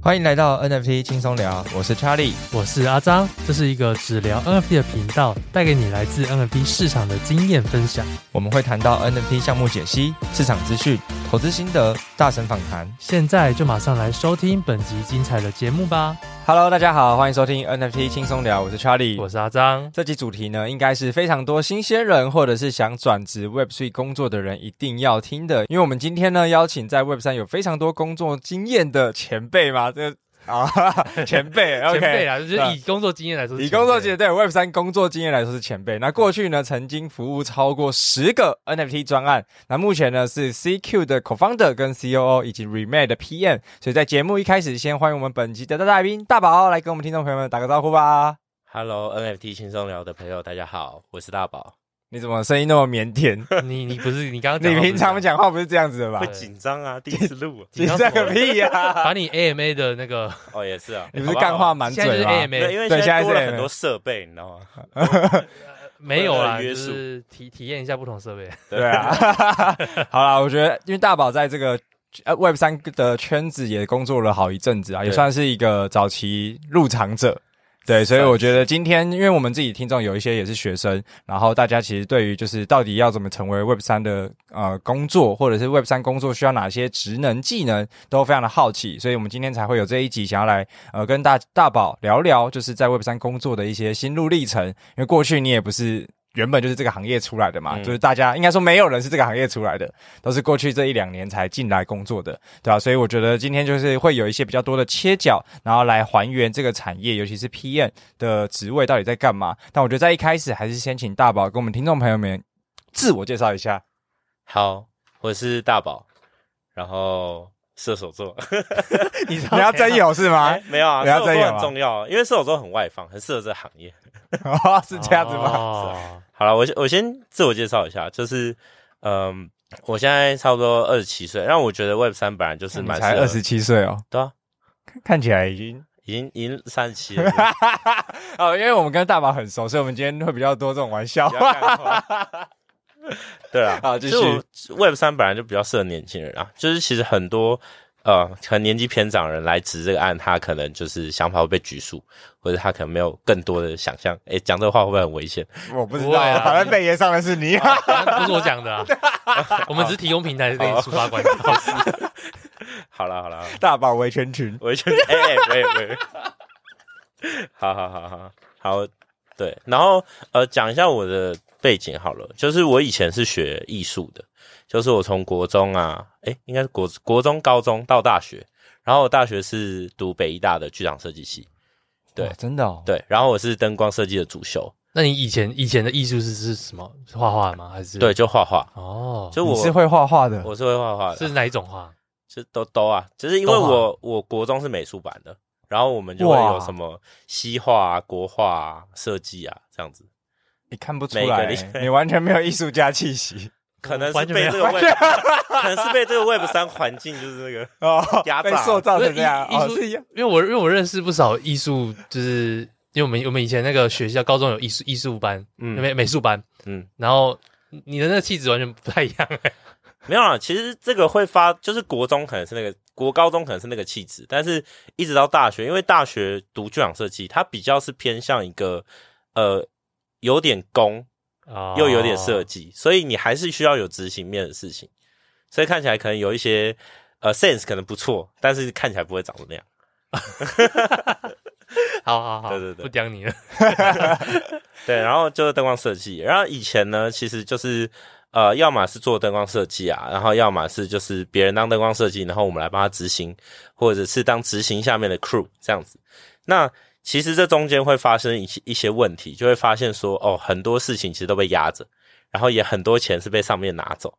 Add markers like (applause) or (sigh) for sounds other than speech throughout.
欢迎来到 NFT 轻松聊，我是 Charlie。我是阿张，这是一个只聊 NFT 的频道，带给你来自 NFT 市场的经验分享。我们会谈到 NFT 项目解析、市场资讯、投资心得、大神访谈。现在就马上来收听本集精彩的节目吧！ Hello，大家好，欢迎收听 NFT 轻松聊，我是 Charlie。我是阿张，这集主题呢，应该是非常多新鲜人或者是想转职 Web 3工作的人一定要听的，因为我们今天呢邀请在 Web 3有非常多工作经验的前辈嘛，这个啊 (laughs) 前辈，OK，前辈啦，就是那以工作经验来说是以前辈，工作经验对 Web 3工作经验来说是前辈。那过去呢，曾经服务超过十个 NFT 专案。那目前呢是 CQ 的 Co-founder 跟 COO 以及 Remade 的 PM。所以在节目一开始，先欢迎我们本期的大来宾大宝来跟我们听众朋友们打个招呼吧。 Hello NFT 轻松聊的朋友，大家好，我是大宝。你怎么声音那么腼� (laughs) 腆？你你不是你刚刚讲你到平常不是这样讲话不是这样子的吧 (laughs) 会？紧 (laughs) 张啊，第一次录啊，你紧张这什个么屁 (laughs) 呀！把你 AMA 的那个，哦也是啊，你不是干话吗？满现在就嘴是吗？对，因 AMA，为对现现在在是多了 AMA 很多设备，你知道吗？没有啦，为了就约束是体体验一下不同设备。对啊，好啦，我觉得因为大宝在这个呃 Web 三的圈子也工作了好一阵子啊，也对算是一个早期入场者。对，所以我觉得今天，因为我们自己听众有一些也是学生，然后大家其实对于就是到底要怎么成为 Web 三的呃工作，或者是 Web 三工作需要哪些职能技能，都非常的好奇，所以我们今天才会有这一集想要来呃跟大大宝聊聊，就是在 Web 三工作的一些心路历程，因为过去你也不是。原本就是这个行业出来的嘛，嗯就是大家应该说没有人是这个行业出来的，都是过去这一两年才进来工作的，对吧、所以我觉得今天就是会有一些比较多的切角，然后来还原这个产业，尤其是 PM 的职位到底在干嘛。但我觉得在一开始还是先请大宝跟我们听众朋友们自我介绍一 (laughs) 下。好，我是大宝，然后射手 (laughs) 座，你你要真有是吗？ (laughs) 没有啊，不射要手再座演很了重要，因为射手座很外放，很适合这行业。 (laughs) 哦，是这样子吗？哦，好了，我先我先自我介绍一下，就是嗯，我现在差不多二十七岁，让我觉得 Web 三本来就是嗯你蛮才适合二十，七岁哦，对啊，看起来已经。已经已经三十七了。哦，因为我们跟大宝很熟，所以我们今天会比较多这种玩笑不。要干话 (laughs) 对啊，好继续就是我 Web 三本来就比较适合年轻人啊，就是其实很多呃，可能年纪偏长的人来执这个案，他可能就是想法会被拘束，或者他可能没有更多的想象。诶，讲这个话会不会很危险？ (laughs) (laughs) 我不知不道，会啊反正被爷上的是你。反正不是我 (laughs) 讲的啊，我们只是提供平台给你抒发观点。好啦好啦，大宝围圈群，我就哎哎喂喂，好好好好好，对，然后呃，讲一下我的背景好了，就是我以前是学艺术的，就是我从国中啊，哎，应该是国国中、高中到大学，然后我大学是读北医大的剧场设计系，对哇真的哦。对，然后我是灯光设计的主修，那你以前以前的艺术是是什么？是画画吗？还是对，？就画画，哦，就你我是会画画的，我是会画画的，是哪一种画？就都都啊，就是因为都画我我国中是美术班的，然后我们就会哇有什么西画啊、国画啊、设计啊这样子。你看不出每个来礼，你完全没有艺术家气息可能是完全没被有这个 Web，可能是被这个 Web 三环境就是那个，哦压，被榨塑造成这样，不是艺哦，艺术是一样。因为我因为我认识不少艺术，就是因为我们我们以前那个学校高中有艺术艺术班，嗯美美术班，嗯，然后你的那个气质完全不太一样、没有啦。啊其实这个会发，就是国中可能是那个，国高中可能是那个气质，但是一直到大学，因为大学读剧场设计，它比较是偏向一个呃有点工哦 (laughs) 又有点设计，所以你还是需要有执行面的事情，所以看起来可能有一些呃 sense 可能不错，但是看起来不会长得那样。好好好，对对对不刁你了。对，然后就是灯光设计。然后以前呢，其实就是呃，要么是做灯光设计啊，然后要么是就是别人当灯光设计，然后我们来帮他执行，或者是当执行下面的 crew 这样子。那其实这中间会发生一些一些问题，就会发现说，哦，很多事情其实都被压着，然后也很多钱是被上面拿走。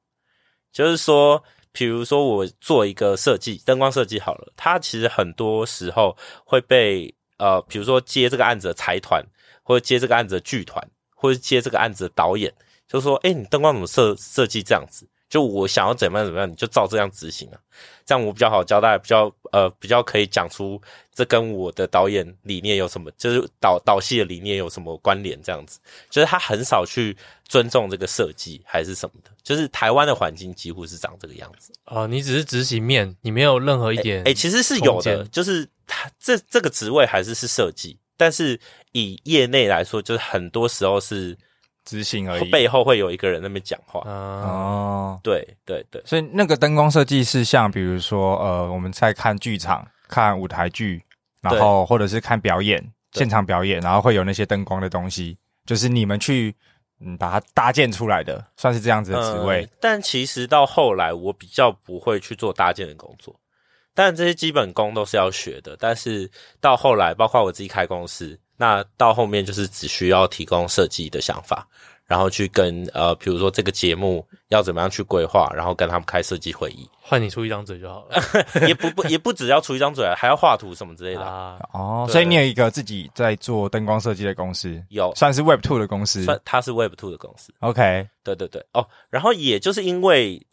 就是说，比如说我做一个设计，灯光设计好了，它其实很多时候会被呃，比如说接这个案子的财团，或者接这个案子的剧团，或者接这个案子的导演，就说：“哎、你灯光怎么设设计这样子？”就我想要怎么样怎么样，你就照这样执行啊，这样我比较好交代，比较呃比较可以讲出这跟我的导演理念有什么，就是导导戏的理念有什么关联，这样子，就是他很少去尊重这个设计还是什么的，就是台湾的环境几乎是长这个样子。哦，你只是执行面，你没有任何一点哎、其实是有空的，间就是他这这个职位还是是设计，但是以业内来说，就是很多时候是执行而已。嗯背后会有一个人在那边讲话。啊，哦，对对对，所以那个灯光设计是像，比如说，呃，我们在看剧场、看舞台剧，然后或者是看表演、对现场表演，然后会有那些灯光的东西，就是你们去嗯把它搭建出来的，算是这样子的职位嗯。但其实到后来，我比较不会去做搭建的工作，但这些基本功都是要学的。但是到后来，包括我自己开公司，那到后面就是只需要提供设计的想法，然后去跟呃，比如说这个节目要怎么样去规划，然后跟他们开设计 (laughs) 会议，换你出一张嘴就好了也不不也不只要出一张嘴啊，还要画图什么之类的啊。啊。哦， (laughs) 对所以你有一个自己在做灯光设计的公司，有算是 Web Two 的公司。算它是 Web Two 的公司， OK，对对对哦。然后也就是因为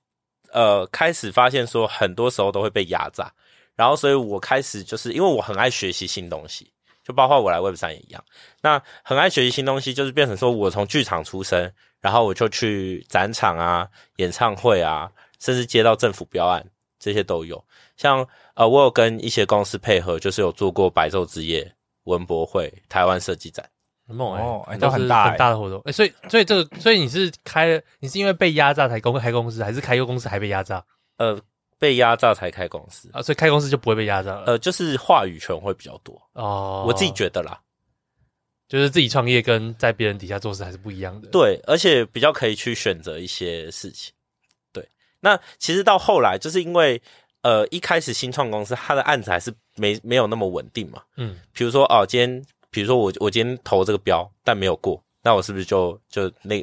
呃，开始发现说很多时候都会被压榨，然后所以我开始就是因为我很爱学习新东西，就包括我来 Web 三也一样。那很爱学习新东西，就是变成说我从剧场出身，然后我就去展场啊、演唱会啊，甚至接到政府标案，这些都有。像呃，我有跟一些公司配合，就是有做过白昼之夜、文博会、台湾设计展。很猛哎、哦哎都都是很大哎很大的活动哎、所以所以这个所以你是开你是因为被压榨才公开公司，还是开个公司还被压榨呃被压榨才开公司，啊？所以开公司就不会被压榨了、呃，就是话语权会比较多，哦。我自己觉得啦。就是自己创业跟在别人底下做事还是不一样的。对，而且比较可以去选择一些事情。对，那其实到后来，就是因为呃一开始新创公司它的案子还是没没有那么稳定嘛，嗯，比如说哦，今天比如说我我今天投这个标，但没有过，那我是不是就就那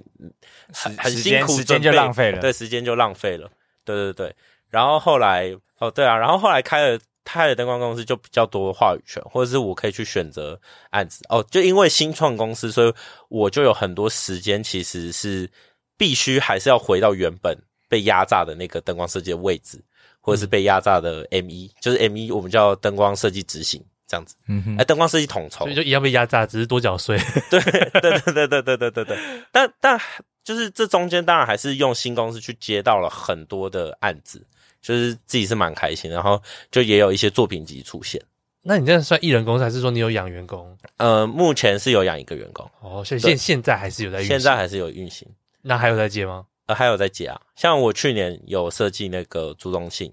很很时辛间苦时准间就备浪费了对，时间就浪费了，对对对。然后后来哦，对啊，然后后来开了开了灯光公司就比较多话语权，或者是我可以去选择案子哦。就因为新创公司，所以我就有很多时间其实是必须还是要回到原本被压榨的那个灯光设计的位置，或者是被压榨的 M 一、就是 M 一我们叫灯光设计执行这样子。嗯哼哎，，灯光设计统筹所以，就一样被压榨，只是多缴税。 (laughs) 对对对对对对对对。但但就是这中间当然还是用新公司去接到了很多的案子，就是自己是蛮开心，然后就也有一些作品集出现。那你这样算一人公司，还是说你有养员工？呃，目前是有养一个员工，哦，所以对现现在还是有在运行，现在还是有运行，那还有在接吗？呃，还有在接啊。像我去年有设计那个朱宗庆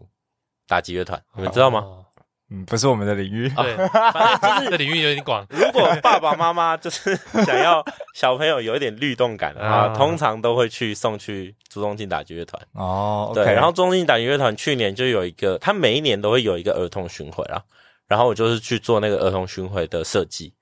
打击乐团，你们知道吗？啊哦？嗯，不是我们的领域。对，反正 (laughs) 就是这领域有点广。如果爸爸妈妈就是想要小朋友有一点律动感的话，啊通常都会去送去朱宗庆打击乐团。哦，OK，对，然后中信打击乐团去年就有一个，他每一年都会有一个儿童巡回啊，然后我就是去做那个儿童巡回的设计。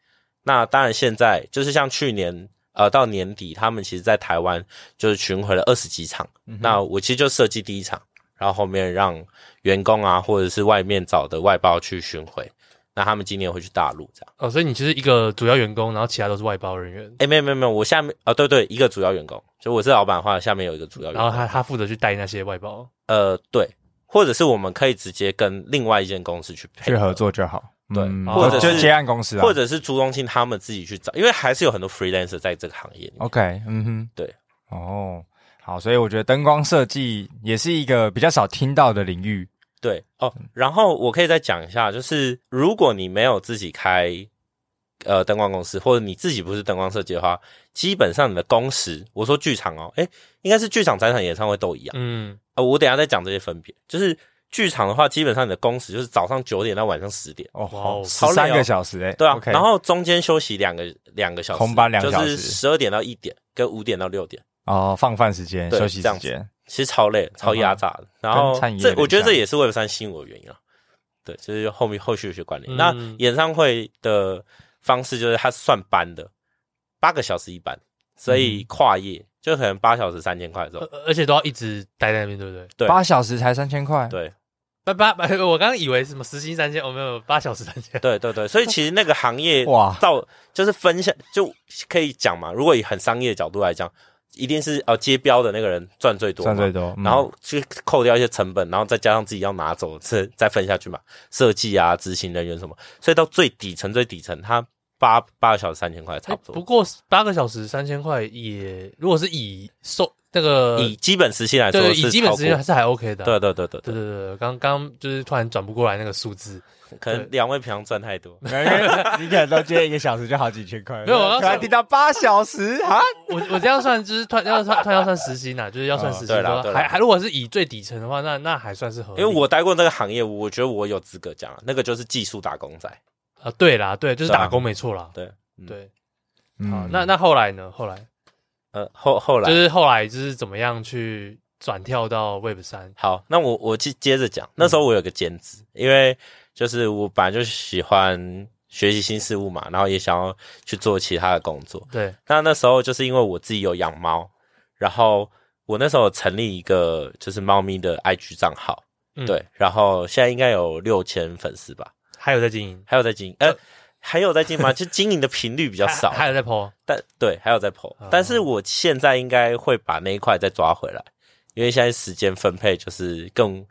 那当然，现在就是像去年呃到年底，他们其实在台湾就是巡回了二十几场。嗯那我其实就设计第一场，然后后面让员工啊或者是外面找的外包去巡回。那他们今年会去大陆这样？哦，所以你就是一个主要员工，然后其他都是外包人员，哎，没有没有没有，我下面啊、对对，一个主要员工，就我是老板的话，下面有一个主要员然工哦后。他他负责去带那些外包。呃，对，或者是我们可以直接跟另外一间公司去配去合合，作就好。对嗯或者就是接案公司啊，或者是朱宗庆他们自己去找，因为还是有很多 freelancer 在这个行业里面。 OK，嗯哼，对，哦，好，所以我觉得灯光设计也是一个比较少听到的领域。对哦，然后我可以再讲一下，就是如果你没有自己开呃灯光公司，或者你自己不是灯光设计的话，基本上你的工时，我说剧场哦，诶，应该是剧场、展场、演唱会都一样。嗯，呃，我等一下再讲这些分别。就是剧场的话，基本上你的工时就是早上九点到晚上十点。哦，哇好哦，十好累三哦个小时哎、对啊 o k 然后中间休息两个两个小时，空班两个小就时是十二点到一点跟五点到六点，哦，放饭时间、对休息这时样子间，其实超累、超压榨的。然后嗯餐饮业这有点我觉得像这也是 Web 三吸引我的原因啊。对，就是后面后续有些关联。嗯那演唱会的方式就是它是算班的，八个小时一班，所嗯以跨业、就可能八小时三千块这而种。而且都要一直待在那边，对不对？对八小时才三千块，对八八，八我刚刚以为什么时薪三千，哦，没有八小时三千。对对对，所以其实那个行业哇到就是分享就可以讲嘛。如果以很商业的角度来讲，一定是呃接标的那个人赚最多嘛，赚最多，嗯然后去扣掉一些成本，然后再加上自己要拿走，这再分下去嘛，设计啊、执行人员什么，所以到最底层最底层，他八八个小时三千块差不哎不多。过八个小时三千块也，如果是以收那个以基本时薪来说对是以基本超时间还过，是还 OK 的啊、对对对对对对，对对对，刚刚就是突然转不过来那个数字，可能两位平常赚太多，没有因为哎你可能都接一个小时就好几千块，没有我要突然听到八小时啊，我我这样算就是突然要算突然要算时薪呐、就是要算时薪哦对的啦话，对啦还还如果是以最底层的话，那那还算是合理。因为我待过那个行业，我觉得我有资格讲啊，那个就是技术打工仔。啊，对啦，对，就是对啊打工没错啦。对嗯对，好嗯，那那后来呢？后来呃，后后来就是后来就是怎么样去转跳到 Web 三？好，那我我去接着讲。那嗯时候我有个兼职，因为就是我本来就喜欢学习新事物嘛，然后也想要去做其他的工作。对，那那时候就是因为我自己有养猫，然后我那时候有成立一个就是猫咪的 IG 账号，嗯对，，然后现在应该有六千粉丝吧，还有在经营，还有在经营，呃，还有在经 (laughs) 营吗？就经营的频率比较少还，还有在 PO。但对，还有在 PO，、哦但是我现在应该会把那一块再抓回来，因为现在时间分配就是更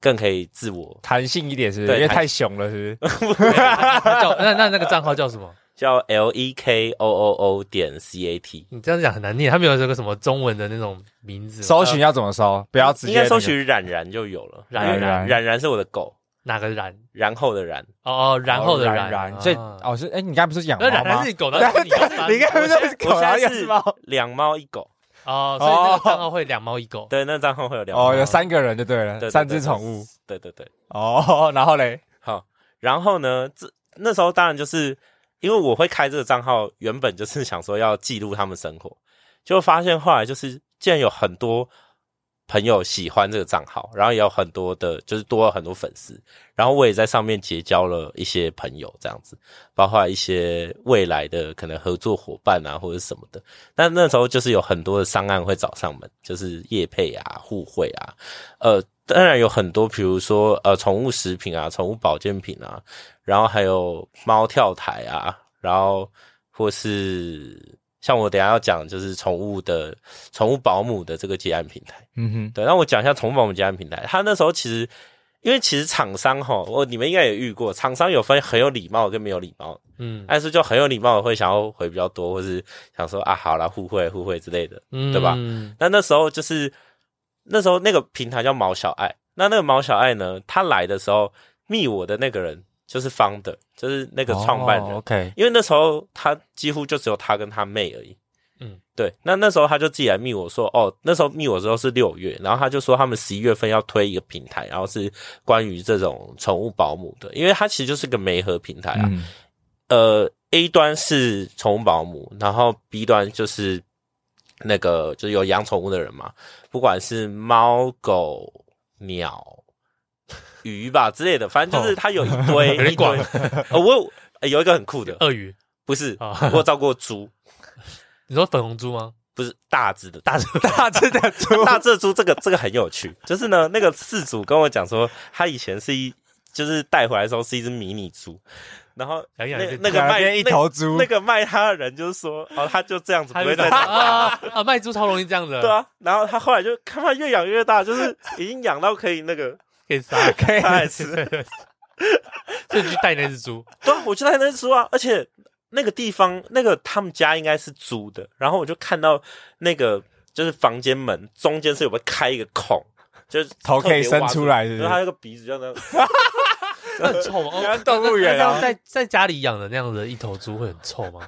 更可以自我弹性一点是不是？对因为弹太熊了是不是？那叫那那那个账号叫什么？叫 L E K O O O 点 C A T，你这样讲很难念，他们有这个什么中文的那种名字吗，搜寻要怎么搜？不要直接呃应该搜那个哦寻冉冉就有了，冉因为冉冉冉是我的狗，哪个然？然后的然，哦哦，然后的然然，所以啊哦是哎，你刚才不是养那猫然吗然是？你狗，然后你 (laughs) 你刚才不是我狗，然后现又在是是猫？两猫一狗，哦，所以那个账号会两猫一狗。对，那账号会有两猫哦，有三个人就对了，对对对三只宠物对对对，哦。然后嘞，好，然后呢，这那时候当然就是因为我会开这个账号，原本就是想说要记录他们生活，就发现后来就是竟然有很多朋友喜欢这个账号，然后也有很多的，就是多了很多粉丝，然后我也在上面结交了一些朋友，这样子，包括一些未来的可能合作伙伴啊，或者什么的。那那时候就是有很多的商案会找上门，就是业配啊、互惠啊，呃，当然有很多，比如说呃，宠物食品啊、宠物保健品啊，然后还有猫跳台啊，然后或是像我等一下要讲，就是宠物的宠物保姆的这个结案平台。嗯哼，对，那我讲一下宠物保姆结案平台，它那时候其实。因为其实厂商哈，我你们应该也遇过，厂商有分很有礼貌跟没有礼貌的嗯但是就很有礼貌的会想要回比较多，或是想说啊，好啦，互惠互惠之类的。嗯对吧嗯那那时候就是那时候那个平台叫毛小爱，那那个毛小爱呢，他来的时候密我的那个人就是 founder，就是那个创办人，哦 OK，因为那时候他几乎就只有他跟他妹而已。嗯嗯，对。那那时候他就自己来密我说，哦，那时候密我的时候是六月，然后他就说他们十一月份要推一个平台，然后是关于这种宠物保姆的，因为它其实就是个媒合平台啊。嗯呃，A 端是宠物保姆，然后 B 端就是那个就是有养宠物的人嘛，不管是猫、狗、鸟、鱼吧之类的，反正就是它有一堆哦 (laughs) 有点一堆。广呃，我有呃有一个很酷的，鳄鱼不是，啊我照过猪， (laughs) 你说粉红猪吗？不是大只的，(laughs) 大只 (laughs) 大只的 (laughs) 猪大只的猪，这个这个很有趣。就是呢，那个饲主跟我讲说，他以前是一就是带回来的时候是一只迷你猪，然后养那一养就那个养了卖变一头猪那，那个卖他的人就说，哦，他就这样子不它就会再长长大。啊啊，卖猪超容易这样的， (laughs) 对，啊，然后他后来就看他越养越大，就是 (laughs) 已经养到可以那个可以杀， (laughs) 可以他来吃。所以你去带那只猪，对啊，我就在那猪啊，而且那个地方，那个他们家应该是租的，然后我就看到那个就是房间门中间是有没有开一个孔，就是头可以伸出来是不是特别挖然后他那个鼻子就那样，很臭吗？哦像动物园啊那这样在在家里养的那样的一头猪会很臭 (laughs) 吗？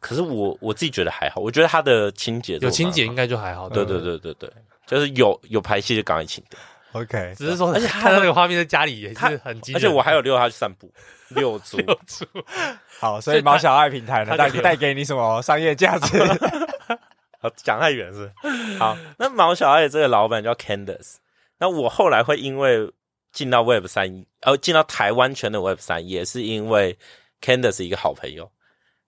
可是我我自己觉得还好，我觉得他的清洁做有得清蛮洁好应，该就还好，对嗯对对对对，就是有有排气就赶快清掉， OK，只是说而且 (laughs) 它看到那个画面在家里也它是很惊啊而人且我还有遛他去散步，遛 (laughs) 猪，有猪，好，所所以以他毛小爱平台呢，他带就有带给你什么商业价 (laughs) 值？好，讲太远是不是好。那毛小爱这个老板叫 Candice，那我后来会因为进到 Web 三，呃，进到台湾圈的 Web 三，也是因为 Candice 一个好朋友，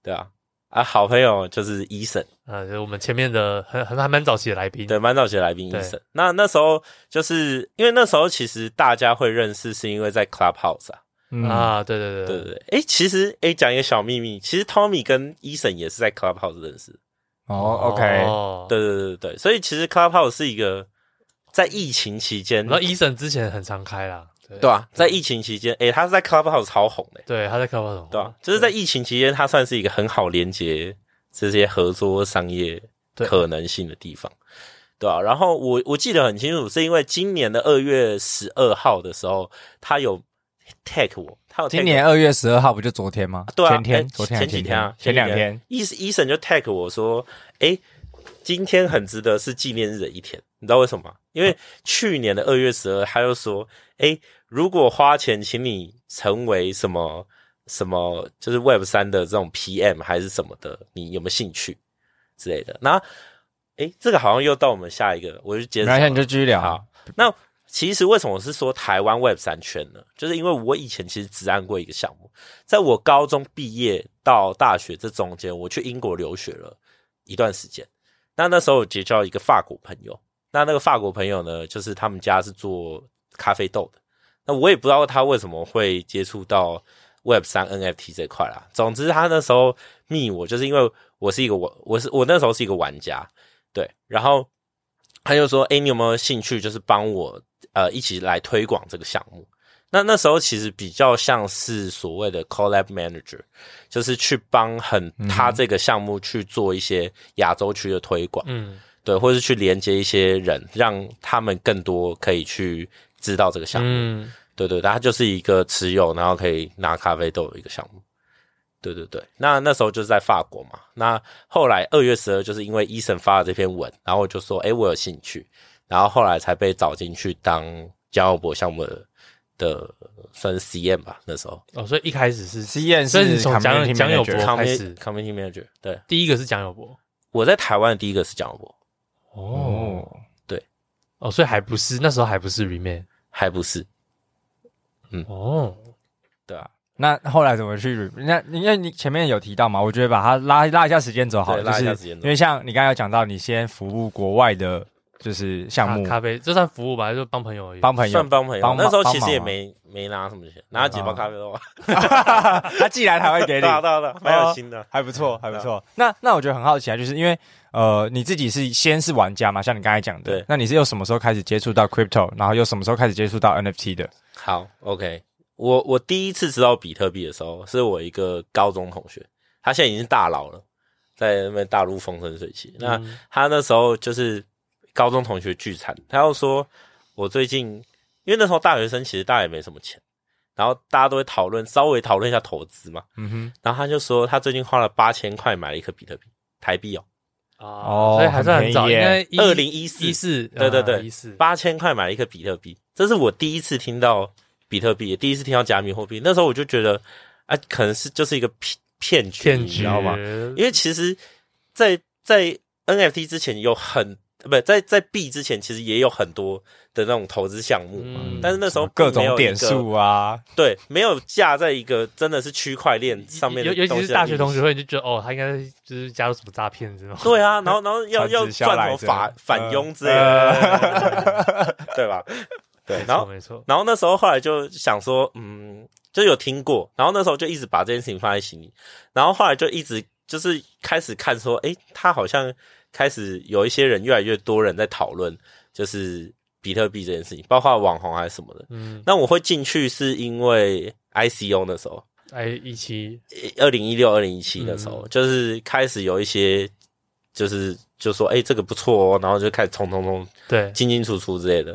对吧、啊？好朋友就是医生， (laughs) 啊，就是我们前面的很很还蛮早期的来宾，对，蛮早期的来宾医生。那那时候就是因为那时候其实大家会认识，是因为在 Clubhouse 啊，嗯，啊，对对对对对对。诶，其实诶，讲一个小秘密，其实 Tommy 跟医生也是在 Clubhouse 认识的，哦，OK，哦，对对对对对，所以其实 Clubhouse 是一个在疫情期间然，后医生之前很常开啦，对对啊，在疫情期间，诶，它是在 Clubhouse 超红的、对，他在开发什么？对啊，就是在疫情期间，它算是一个很好连接这些合作商业对可能性的地方，对啊，然后我我记得很清楚，是因为今年的二月十二号的时候，他有 tag 我，他有 tag 今年二月十二号不就昨天吗？对啊，前哎天、昨天还前是几前天啊，前几两天，医医生就 tag 我说，哎、今天很值得是纪念日的一天，你知道为什么吗？(laughs) 因为去年的二月十二，他就说，哎、如果花钱请你成为什么什么，就是 Web 三的这种 PM 还是什么的，你有没有兴趣之类的？那哎、这个好像又到我们下一个，我就接没着关系，讲你就继续聊。好那其实为什么我是说台湾 Web 三圈呢？就是因为我以前其实只按过一个项目，在我高中毕业到大学这中间，我去英国留学了一段时间。那那时候我结交一个法国朋友，那那个法国朋友呢，就是他们家是做咖啡豆的。那我也不知道他为什么会接触到 Web 三 NFT 这块啦。总之，他那时候密我，就是因为我是一个我我是我那时候是一个玩家，对，然后他就说：“哎、你有没有兴趣，就是帮我呃一起来推广这个项目？”那那时候其实比较像是所谓的 collab manager，就是去帮很嗯他这个项目去做一些亚洲区的推广，嗯，对，或是去连接一些人，让他们更多可以去知道这个项目。嗯，对对，对它就是一个持有，然后可以拿咖啡豆的一个项目。对对对，那那时候就是在法国嘛。那后来二月十二，就是因为医生发了这篇文，然后我就说，诶，我有兴趣，然后后来才被找进去当江浩博项目的的算是 CM 吧，那时候哦，所以一开始是实验所以是你从蒋 community 蒋友 manager 柏开 community 始 community manager。对，第一个是蒋友柏，我在台湾的第一个是江浩博，哦哦，哦，所以还不是那时候还不是 Remain 还不是哦，对啊，那后来怎么去？那因为你前面有提到嘛，我觉得把它拉拉一下时间轴好了，对拉一下就时是间轴因为像你刚才有讲到，你先服务国外的，就是项咖目，咖啡这算服务吧，就帮朋友而已。帮朋友啊算。帮朋友帮。忙那时候其实也帮忙吗没没拿什么钱，拿了几包啊咖啡豆啊， (laughs) 他寄来台湾给对你，啊对啊啊对啊，蛮有心的。还不错，还不错。那那我觉得很好奇啊，就是因为呃，你自己是先是玩家嘛，像你刚才讲的对，那你是又什么时候开始接触到 crypto，然后又什么时候开始接触到 NFT 的？好，OK，我我第一次知道比特币的时候，是我一个高中同学，他现在已经是大佬了，在那边大陆风生水嗯起。那他那时候就是高中同学聚餐，他又说，我最近因为那时候大学生其实大家也没什么钱，然后大家都会讨论稍微讨论一下投资嘛，嗯哼，然后他就说他最近花了八千块买了一颗比特币，台币哦，哦哦，所以还算很早，很因为便一2014一四，啊对对对一四八千块买了一颗比特币，这是我第一次听到比特币，也第一次听到加密货币。那时候我就觉得，啊，可能是就是一个骗骗局，骗你局，知道吗？？因为其实在，在 NFT 之前有很呃不在在币之前，其实也有很多的那种投资项目嘛。嗯但是那时候并各没种有一点个数啊，对，没有架在一个真的是区块链上面的嗯尤尤其东西是的大学运行同学会，你就觉得哦，他应该就是加入什么诈骗这种。对啊，然后然后要传要直销赚什来么着反反嗯佣之类嗯的，对吧？ (laughs) 对，然后 (laughs) 没错，然后那时候后来就想说，嗯，就有听过，然后那时候就一直把这件事情放在心里，然后后来就一直就是开始看说，诶，他好像开始有一些人越来越多人在讨论，就是比特币这件事情，包括网红还是什么的。嗯，那我会进去是因为 ICO 那时候，哎，一期二零一六、二零一七的时候，就是开始有一些，就是就说，诶，这个不错哦，然后就开始冲冲冲，对，进进出出之类的，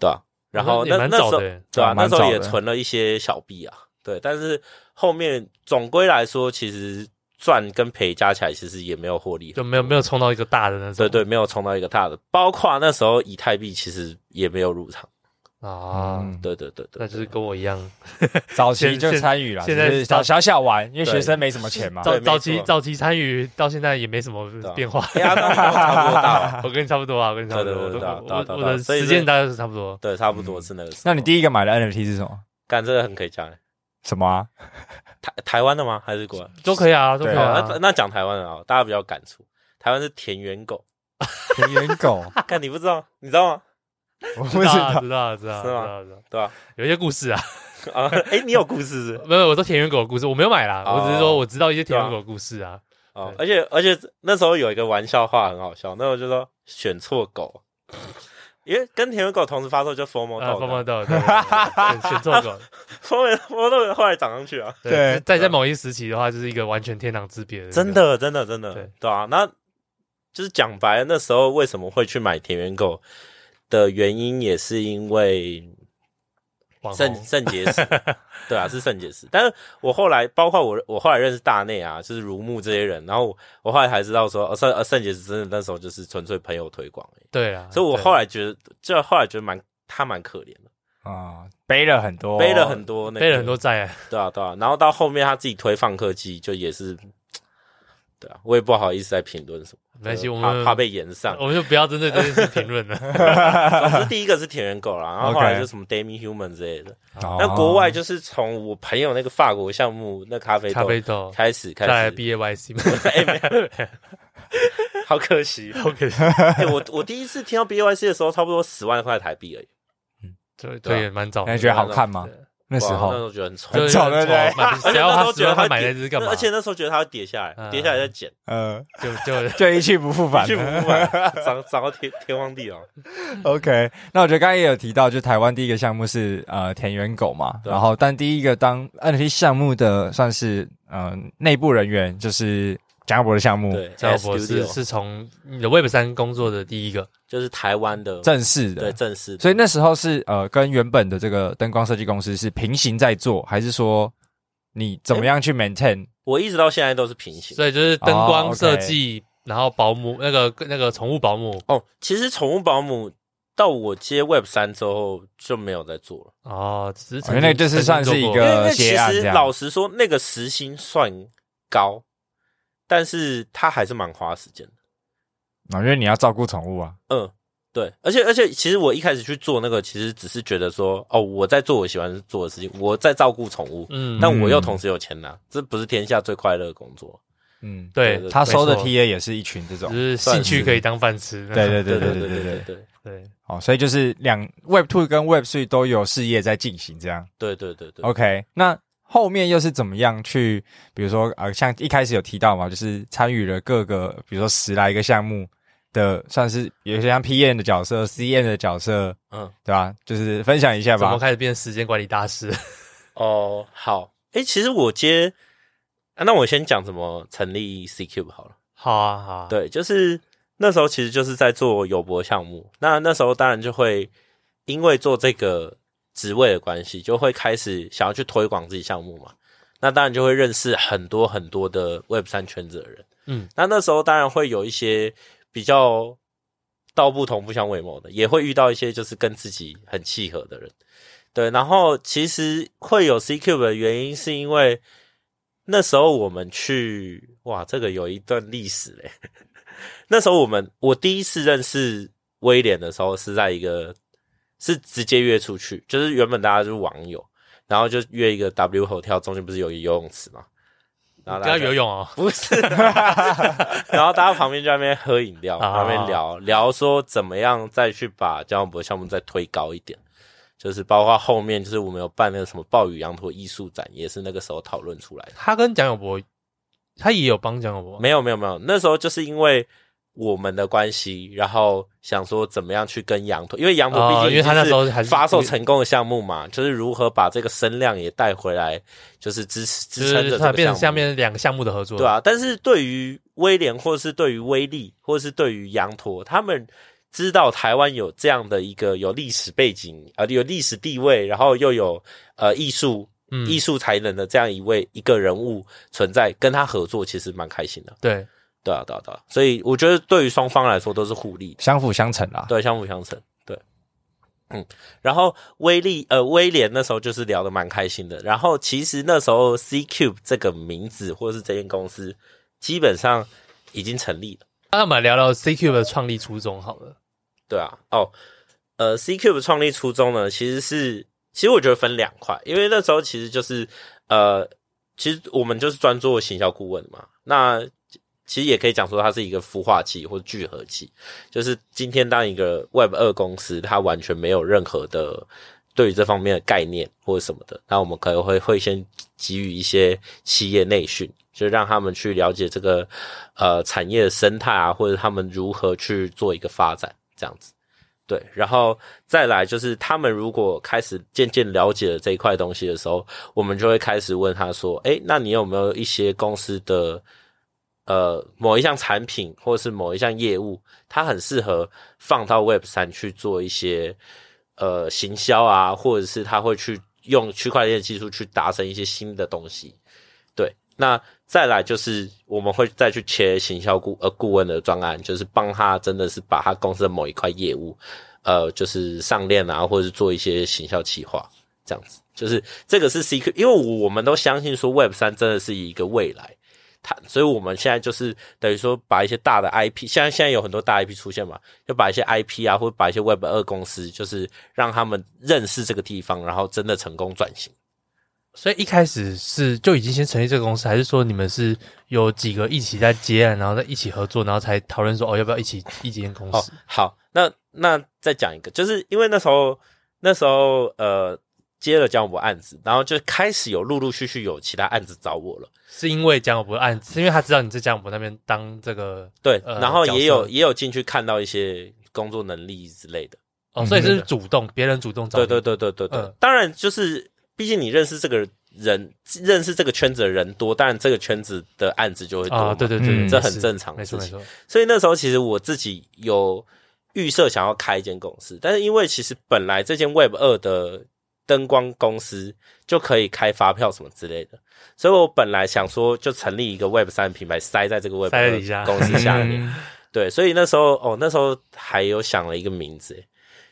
对吧、然后也那蛮那时早候的耶，对啊啊，那蛮时候早也的存了一些小币啊，对，但是后面总归来说，其实赚跟赔加起来，其实也没有获利，就没有没有冲到一个大的那种。对对，没有冲到一个大的，包括那时候以太币其实也没有入场，啊，嗯对对对那对，就是跟我一样，早期现就现参与了，现在就是小小小玩，因为对学生没什么钱嘛。早对没早错期早期参与到现在也没什么对啊变化。哎呀，那你跟我差不多大 (laughs) 了，我跟你差不多啊，我跟你差不多，我对对对都对啊对啊我对啊我对啊的所以时间这大概是差不多。对，差不多是那个时候。那你第一个买的 NFT 是什么？干这个很可以讲欸，什么啊？台台湾的吗？还是国外？都可以啊，都可以对哦，那啊。那讲台湾的啊，大家比较有感触。台湾是田 (laughs) 园狗，田园 (laughs) 狗？看你不知道，你知道吗？我不知道。啊知道啊知道知道知是吗道知道，对吧？有一些故事啊，啊，哎，你有故事是不是 (laughs) 没有，我说田园狗的故事，我没有买啦，哦我只是说我知道一些田园狗的故事啊。哦，而且而且那时候有一个玩笑话很好笑，那时候就说选错狗， (laughs) 因为跟田园狗同时发售就 formal 啊，狗棒嘛棒 (laughs) 豆，对对对选做狗， ，formal formal dog 后来涨上去啊，对对，在在某一时期的话，就是一个完全天壤之别的，真，的真的真的对，对啊，那就是讲白了，那时候为什么会去买田园狗的原因，也是因为网肾红肾结 (laughs) 石，对啊，是肾结石。但是我后来，包括我，我后来认识大内啊，就是如木这些人，然后我我后来才知道说，呃肾呃肾结石真的那时候就是纯粹朋友推广、欸，对啊，所以我对后来觉得，就后来觉得蛮他蛮可怜的，啊，背了很多，背了很多、那个哦背了很多，债啊，对啊对啊。然后到后面他自己推放客机，就也是，对啊，我也不好意思在评论什么，没关系，呃就我怕们哦怕被延上。我们就不要针对这件事评 (laughs) 论了。 (laughs) 总之第一个是田园狗啦，然后后来 OK 就什么 Demi Human 之类的。哦。那国外就是从我朋友那个法国项目那咖啡咖豆啡豆，开始再开来始 B A Y (laughs) C 嘛 (laughs) 哎，没有， (laughs) 好可惜。 ，OK，哎，我我第一次听到 BYC 的时候，差不多十万块台币而已。对对啊对，也蛮早的，那你觉得好看吗？那时哇那时候候觉得很丑，就很是丑对不对买 (laughs) 而谁且要那时花候十觉得万它块会买那跌只干嘛？而且那时候觉得它会跌下来，嗯跌下来再捡，呃，就 (laughs) 就就一去不复返去不了。复返， (laughs) 涨涨到天天荒地老。 OK，那我觉得刚才也有提到，就台湾第一个项目是呃田园狗嘛，对然后但第一个当 NFT 项目的算是呃内部人员就是蒋亚博的项目，对，赵博士 Studio 是从你的 Web 三工作的第一个，哦就是台湾的正式的对，正式的，所以那时候是呃跟原本的这个灯光设计公司是平行在做，还是说你怎么样去 maintain？我一直到现在都是平行。所以就是灯哦光，OK 设计，然后保姆那个那个宠物保姆哦，其实宠物保姆到我接 Web 三之后就没有再做了。哦，只是哦原来这是算是一因个为因为结其案实这样老实说，那个时薪算高，但是它还是蛮花时间的。啊、因为你要照顾宠物啊，嗯，对，而且而且，其实我一开始去做那个，其实只是觉得说，哦，我在做我喜欢做的事情，我在照顾宠物，嗯，但我又同时有钱拿，这不是天下最快乐的工作。嗯，对对对他收的没错 TA 也是一群这种只，是兴趣可以当饭吃，对对对对对对对对对对，对 (laughs) 对，哦，所以就是两 Web Two 跟 Web Three 都有事业在进行这样。对对对对。 OK，那后面又是怎么样去，比如说呃，像一开始有提到嘛，就是参与了各个，比如说十来个项目的，算是有些像 PM 的角色、CM 的角色，嗯，对吧？就是分享一下怎么吧。开始变时间管理大师？ (laughs) 哦，好，诶，其实我接，啊那我先讲怎么成立 CCube 好了。好啊，好啊，对，就是那时候其实就是在做友博项目。那那时候当然就会因为做这个职位的关系，就会开始想要去推广自己项目嘛。那当然就会认识很多很多的 Web 三圈子的人。嗯，那那时候当然会有一些比较道不同不相为谋的，也会遇到一些就是跟自己很契合的人。对，然后其实会有 C Cube 的原因，是因为那时候我们去，哇，这个有一段历史嘞。 (laughs) 那时候我们我第一次认识威廉的时候，是在一个是直接约出去，就是原本大家就是网友，然后就约一个 W Hotel，中间不是有一个游泳池嘛，然后不大家要就游泳哦，不 (laughs) 是，然后大家旁边就在那边喝饮料，啊旁边聊聊说怎么样再去把交通博项目再推高一点，就是包括后面就是我们有办那个什么暴雨羊驼艺术展，也是那个时候讨论出来的。他跟蒋友柏，他也有帮蒋友柏，没有没有没有，那时候就是因为我们的关系，然后想说怎么样去跟羊驼，因为羊驼毕竟、哦因为他那时候还是发售成功的项目嘛，就是如何把这个声量也带回来，就是支持就支撑着是这个他变成项下目面两个项目的合作，对啊，但是对于威廉，或是对于威力，或是对于羊驼，他们知道台湾有这样的一个有历史背景，呃，有历史地位，然后又有呃艺术嗯艺术才能的这样一位一个人物存在，跟他合作其实蛮开心的。对，对啊，对啊，对啊，所以我觉得对于双方来说都是互利的，相辅相成啦，对，相辅相成。对，嗯，然后威力呃威廉那时候就是聊得蛮开心的。然后其实那时候 C Cube 这个名字或是这间公司基本上已经成立了，那我们来聊聊 CQ 的创立初衷好了，对啊，哦，呃 C Cube 创立初衷呢，其实是其实我觉得分两块，因为那时候其实就是呃，其实我们就是专做行销顾问嘛，那。其实也可以讲说，它是一个孵化器或聚合器，就是今天当一个 Web 二公司，它完全没有任何的对于这方面的概念或者什么的，那我们可能会会先给予一些企业内训，就让他们去了解这个呃产业的生态啊，或者他们如何去做一个发展这样子。对，然后再来就是他们如果开始渐渐了解了这一块东西的时候，我们就会开始问他说：“哎，那你有没有一些公司的呃某一项产品或是某一项业务，它很适合放到 Web 三去做一些呃行销啊，或者是他会去用区块链技术去达成一些新的东西？”对，那再来就是我们会再去切行销顾呃顾问的专案，就是帮他真的是把他公司的某一块业务，呃，就是上链啊，或者是做一些行销企划，这样子。就是这个是 CQ，因为我们都相信说 Web 三真的是一个未来，它，所以我们现在就是等于说把一些大的 IP，现在现在有很多大 IP 出现嘛，就把一些 IP 啊，或者把一些 Web 二公司，就是让他们认识这个地方，然后真的成功转型。所以一开始是就已经先成立这个公司，还是说你们是有几个一起在接案，然后再一起合作，然后才讨论说哦要不要一起一起建公哦司？，好，那那再讲一个，就是因为那时候那时候呃接了江湖案子，然后就开始有陆陆续续有其他案子找我了，是因为江博案，是因为他知道你在江博那边当这个对，呃然后也角有色也有进去看到一些工作能力之类的，哦，所以对是的主动别人主动找对你，对对对对对，嗯当然就是毕竟你认识这个人，认识这个圈子的人多，当然这个圈子的案子就会多嘛、啊，对对对，对嗯这很是正常的没错事没情错，所以那时候其实我自己有预设想要开一间公司，但是因为其实本来这间 Web 二的灯光公司就可以开发票什么之类的，所以我本来想说就成立一个 Web 三品牌，塞在这个 Web 塞在底下二公司下 (laughs) 面。嗯对，所以那时候哦，那时候还有想了一个名字，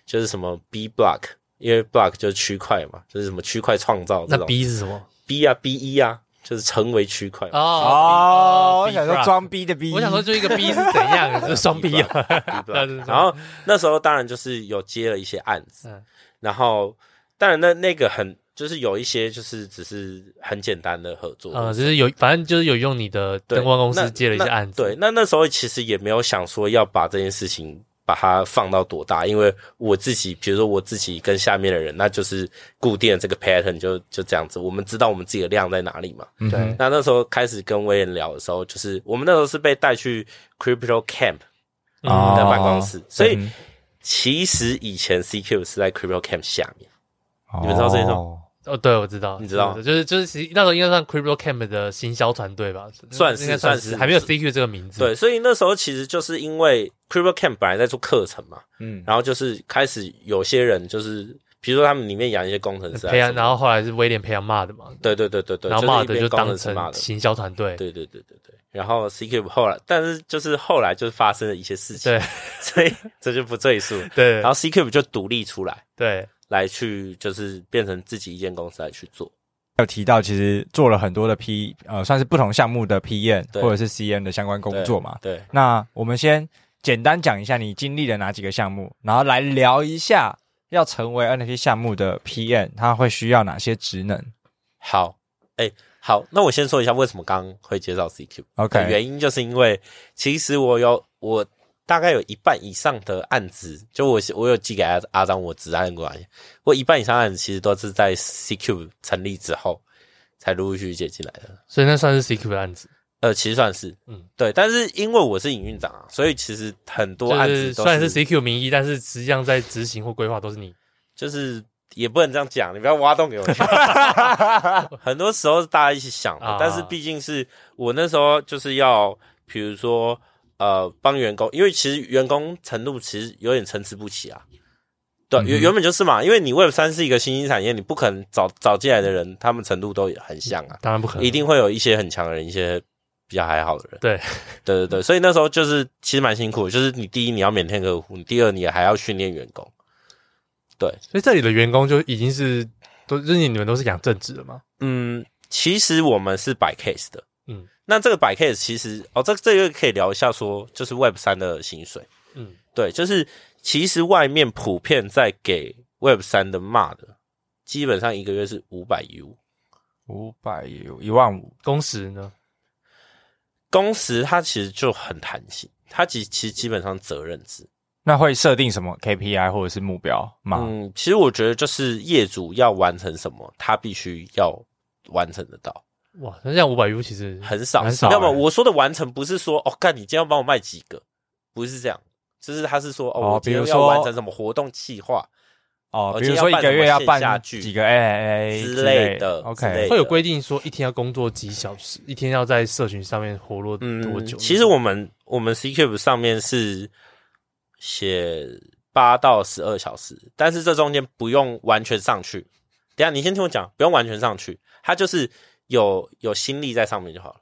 就是什么 B Block，因为 Block 就是区块嘛，就是什么区块创造这那种 B 是什么？ B 啊 B 一啊，就是成为区块啊嘛。哦，我 B- 想说 B- 装逼的逼，我想说，就一个 B 是怎 (laughs) 样？就是双 B 啊， (laughs) 那是什么然后那时候当然就是有接了一些案子，嗯然后当然那那个很就是有一些就是只是很简单的合作，呃，就是有，反正就是有用你的对灯光公那司接了一些那案子，对，，那那时候其实也没有想说要把这件事情把它放到多大，因为我自己，比如说我自己跟下面的人，那就是固定的这个 pattern 就就这样子，我们知道我们自己的量在哪里嘛。嗯对那那时候开始跟威廉聊的时候，就是我们那时候是被带去 Crypto Camp 嗯哦的办公室，所以嗯其实以前 CQ 是在 Crypto Camp 下面。你们知道这种哦哦，对，我知道，你知道是就是就是其实那时候应该算 Crypto Camp 的行销团队吧，算是应该算算是还没有是 CQ 这个名字，对，所以那时候其实就是因为 Crypto Camp 本来在做课程嘛，嗯，然后就是开始有些人就是，比如说他们里面养一些工程师啊什么的，呃培养，然后后来是威廉培养骂的嘛，对对对对对，然后骂的是一边就工当程师骂成的，行销团队，对对对对对。然后 CQ (laughs) 后来，但是就是后来就是发生了一些事情，对所以这就不赘述。对然后 CQ 就独立出来，对，来去就是变成自己一间公司来去做。有提到，其实做了很多的 P，呃，算是不同项目的 P N 对或者是 C N 的相关工作嘛。对，那我们先简单讲一下你经历了哪几个项目，然后来聊一下要成为 NFT 项目的 P N，它会需要哪些职能好，哎、好，那我先说一下为什么刚刚会介绍 CQ。 ？OK，原因就是因为其实我有我大概有一半以上的案子，就我我有寄给阿阿张我子案关系，我一半以上案子其实都是在 CQ 成立之后才陆陆续续接进来的。所以那算是 CQ 的案子，呃，其实算是，嗯嗯，对，但是因为我是营运长啊，所以其实很多就案是子都虽然是 CQ 名义，但是实际上在执行或规划都是你，就是也不能这样讲，你不要挖洞给我 (laughs) 跳。很多时候是大家一起想的，啊但是毕竟是我那时候就是要，比如说呃，帮员工，因为其实员工程度其实有点参差不齐啊。嗯对，原、原本就是嘛，因为你 Web 三是一个新兴产业，你不可能找找进来的人，他们程度都很像啊，当然不可能，一定会有一些很强的人，一些比较还好的人。对，对对对，所以那时候就是其实蛮辛苦的，就是你第一你要免天客户，你第二你还要训练员工。所以这里的员工就已经是都就是你们都是养正职的嘛，嗯，其实我们是摆 case 的，嗯嗯，那这个摆 case 其实哦，这这个可以聊一下说，就是 Web 三的薪水，嗯，对，就是其实外面普遍在给 Web 三的骂的，基本上一个月是五百 U，五百一万五，工时呢？工时它其实就很弹性，它其其实基本上责任制，那会设定什么 KPI 或者是目标吗？嗯，其实我觉得就是业主要完成什么，他必须要完成得到。哇，那这样五百 U 其实很少，很少要么欸我说的完成不是说哦，干你今天要帮我卖几个，不是这样，就是他是说哦哦，我今比如天说要完成什么活动计划哦，哦比如说一个月要今天要办什么线下办剧几个 A A 之类类的之类，OK，的会有规定说一天要工作几小时，一天要在社群上面活络嗯多久？嗯其实我们我们 C Cube 上面是写八到十二小时，但是这中间不用完全上去。等一下你先听我讲，不用完全上去，它就是有有心力在上面就好了，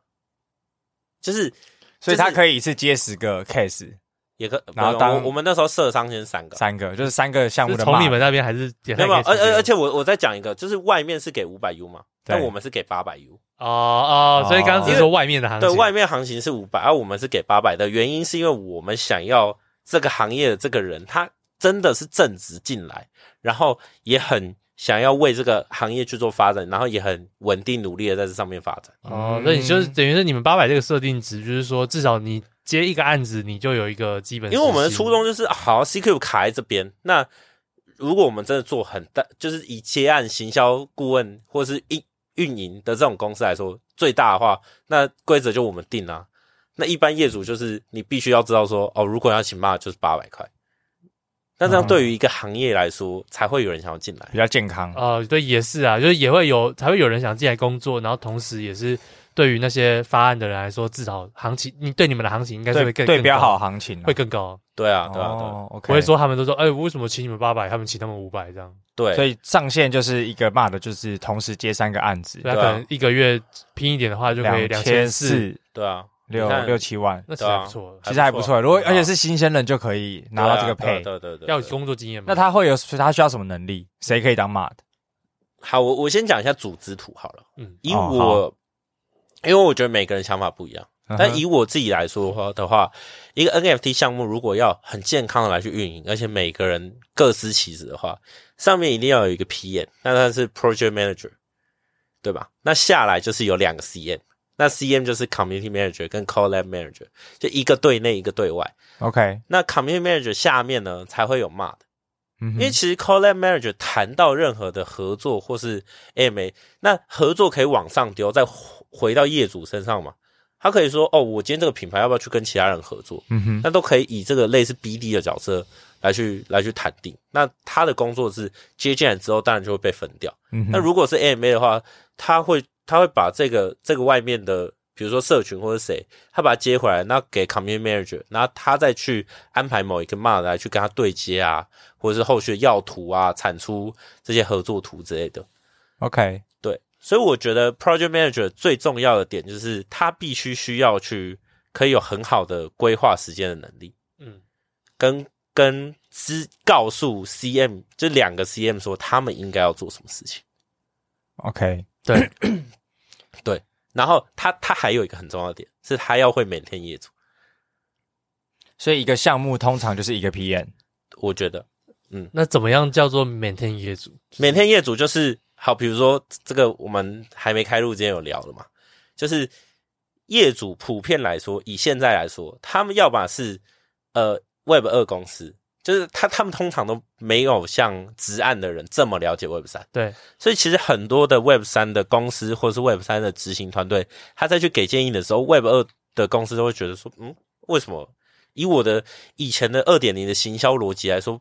就是所以他以可以一次接十个 case，也可，然后不用当我我们那时候设商先三个，三个就是三个项目是的从 mark。你们那边还是没没有没有，而而而且我我再讲一个，就是外面是给五百 U 嘛，但对我们是给八百 U，哦哦，所以刚刚只是说外面的行情，对外面行情是五百，而我们是给八百的原因是因为我们想要这个行业的这个人，他真的是正直进来，然后也很想要为这个行业去做发展，然后也很稳定努力的在这上面发展。哦嗯，那你就是等于是你们八百这个设定值，就是说至少你接一个案子，你就有一个基本时薪，因为我们的初衷就是，啊好，CQ 卡在这边，那如果我们真的做很大，就是以接案行销顾问或是运运营的这种公司来说，最大的话，那规则就我们定啊。那一般业主就是你必须要知道说，哦，如果要请骂就是八百块，那这样对于一个行业来说，才会有人想要进来。比较健康，哦，对，也是啊，就是也会有才会有人想进来工作，然后同时也是对于那些发案的人来说，至少行情，你对你们的行情应该是会对更对标，好更行情啊高会更高，对啊，对啊，对啊哦，OK 不会说他们都说，哎，我为什么请你们八百，他们请他们五百这样，对，啊所以上线就是一个骂的，就是同时接三个案子，对他对啊可能一个月拼一点的话，就可以两千四，四对啊，六你看六七万，那其实还不错了。其实还不错。如果对啊而且是新鲜人就可以拿到这个对啊 pay，对啊对啊对啊对啊，要有工作经验嘛？那他会有他需要什么能力？谁可以当骂的？好，我我先讲一下组织图好了。嗯嗯，以哦我，因为我觉得每个人想法不一样，但以我自己来说的话，的话，一个 NFT 项目如果要很健康的来去运营，而且每个人各司其职的话，上面一定要有一个 PM，那他是 Project Manager，对吧？那下来就是有两个 CM，那 CM 就是 Community Manager 跟 Collab Manager，就一个对内一个对外。 OK，那 Community Manager 下面呢才会有骂的。嗯因哼为其实 collab manager 谈到任何的合作或是 AMA，那合作可以往上丢，再回到业主身上嘛。他可以说：“哦，我今天这个品牌要不要去跟其他人合作？”嗯哼，那都可以以这个类似 BD 的角色来去来去谈定。那他的工作是接进来之后，当然就会被分掉。嗯哼那如果是 AMA 的话，他会他会把这个这个外面的，比如说社群或者谁，他把他接回来，那给 community manager，然后他再去安排某一个 mod 来去跟他对接啊，或者是后续的要图啊、产出这些合作图之类的。 OK，对，所以我觉得 project manager 最重要的点就是他必须需要去可以有很好的规划时间的能力。嗯，跟跟知告诉 CM 就两个 CM 说他们应该要做什么事情。 OK，对，然后他他还有一个很重要的点是，他要会每天业主。所以一个项目通常就是一个 PM，我觉得那怎么样叫做 maintain 业主？每天业主就是好，比如说这个我们还没开录之前有聊了嘛，就是业主普遍来说，以现在来说，他们要么是呃 Web 二公司，就是他他们通常都没有像直案的人这么了解 Web 三。对，所以其实很多的 Web 三的公司或是 Web 三的执行团队，他再去给建议的时候，Web 二的公司都会觉得说，嗯，为什么以我的以前的二点零的行销逻辑来说，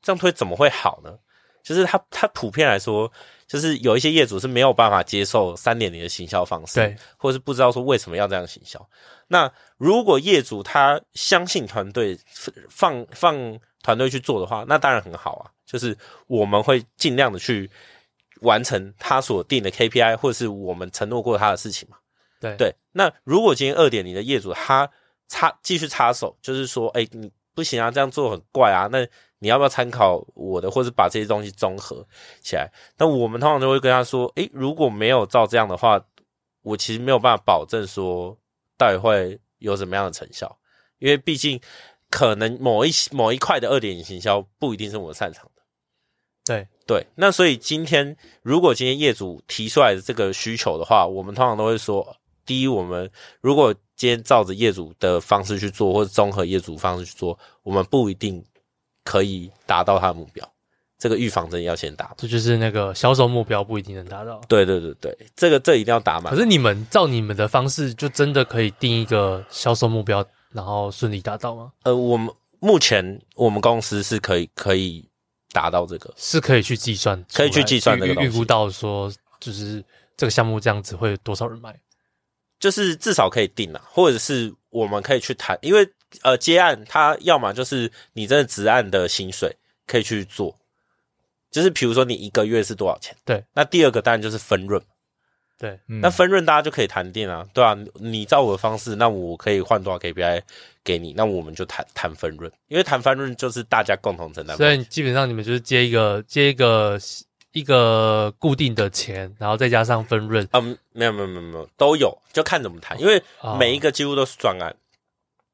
这样推怎么会好呢？就是他他普遍来说，就是有一些业主是没有办法接受三点零的行销方式，对，或是不知道说为什么要这样行销。那如果业主他相信团队，放放团队去做的话，那当然很好啊。就是我们会尽量的去完成他所定的 KPI，或者是我们承诺过他的事情嘛。对对，那如果今天二点零的业主他插继续插手，就是说，哎、你不行啊，这样做很怪啊，那你要不要参考我的，或是把这些东西综合起来？那我们通常就会跟他说，哎、如果没有照这样的话，我其实没有办法保证说到底会有什么样的成效，因为毕竟可能某一某一块的二点零行销不一定是我擅长的。对对，那所以今天如果今天业主提出来的这个需求的话，我们通常都会说，第一，我们如果今天照着业主的方式去做，或者综合业主方式去做，我们不一定可以达到他的目标，这个预防针要先打满。这就是那个销售目标不一定能达到。对对对对，这个这一定要打满可。是你们照你们的方式，就真的可以定一个销售目标，然后顺利达到吗？呃，我们目前我们公司是可以可以达到这个，是可以去计算出来，可以去计算这个预东西预估到说，就是这个项目这样子会有多少人买？就是至少可以定了，或者是我们可以去谈，因为呃接案它要么就是你真的执案的薪水可以去做，就是比如说你一个月是多少钱，对，那第二个当然就是分润。对，嗯那分润大家就可以谈定啊，对啊，你照我的方式，那我可以换多少 KPI 给你，那我们就谈谈分润，因为谈分润就是大家共同承担嘛。所以基本上你们就是接一个接一个一个固定的钱，然后再加上分润，嗯，没有没有没有没有，都有，就看怎么谈，因为哦每一个几乎都是专案，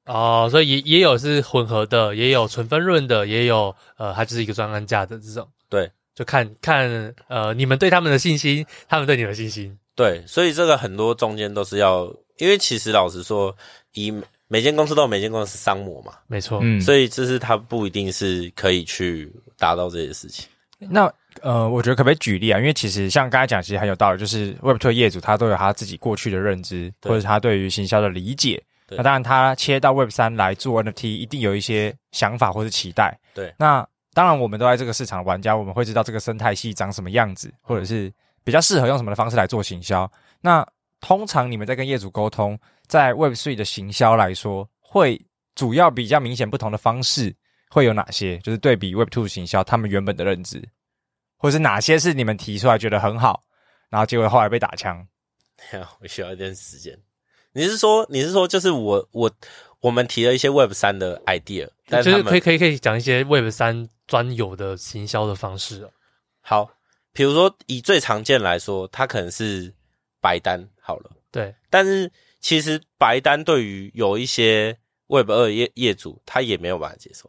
哦，所以也也有是混合的，也有纯分润的，也有呃，它就是一个专案价的这种。对，就看看呃，你们对他们的信心，他们对你们的信心。对，所以这个很多中间都是要，因为其实老实说，以每间公司都有每间公司商模嘛，没错，嗯所以就是它不一定是可以去达到这些事情。 (laughs) 那呃，我觉得可不可以举例啊？因为其实像刚才讲，其实很有道理，就是 Web Two 业主他都有他自己过去的认知，对或者是他对于行销的理解。对那当然，他切到 Web 三来做 NFT，一定有一些想法或是期待。对那当然，我们都在这个市场的玩家，我们会知道这个生态系长什么样子，或者是比较适合用什么的方式来做行销。那通常你们在跟业主沟通，在 Web Three 的行销来说，会主要比较明显不同的方式会有哪些？就是对比 Web Two 行销，他们原本的认知，或是哪些是你们提出来觉得很好，然后结果后来被打枪？等一下我需要一点时间。你是说你是说就是我我我们提了一些 Web 三的 idea，但就是是可他以们可以可以讲一些 Web 三专有的行销的方式啊、好，比如说以最常见来说，它可能是白单好了。对，但是其实白单对于有一些 Web 二业业主，他也没有办法接受。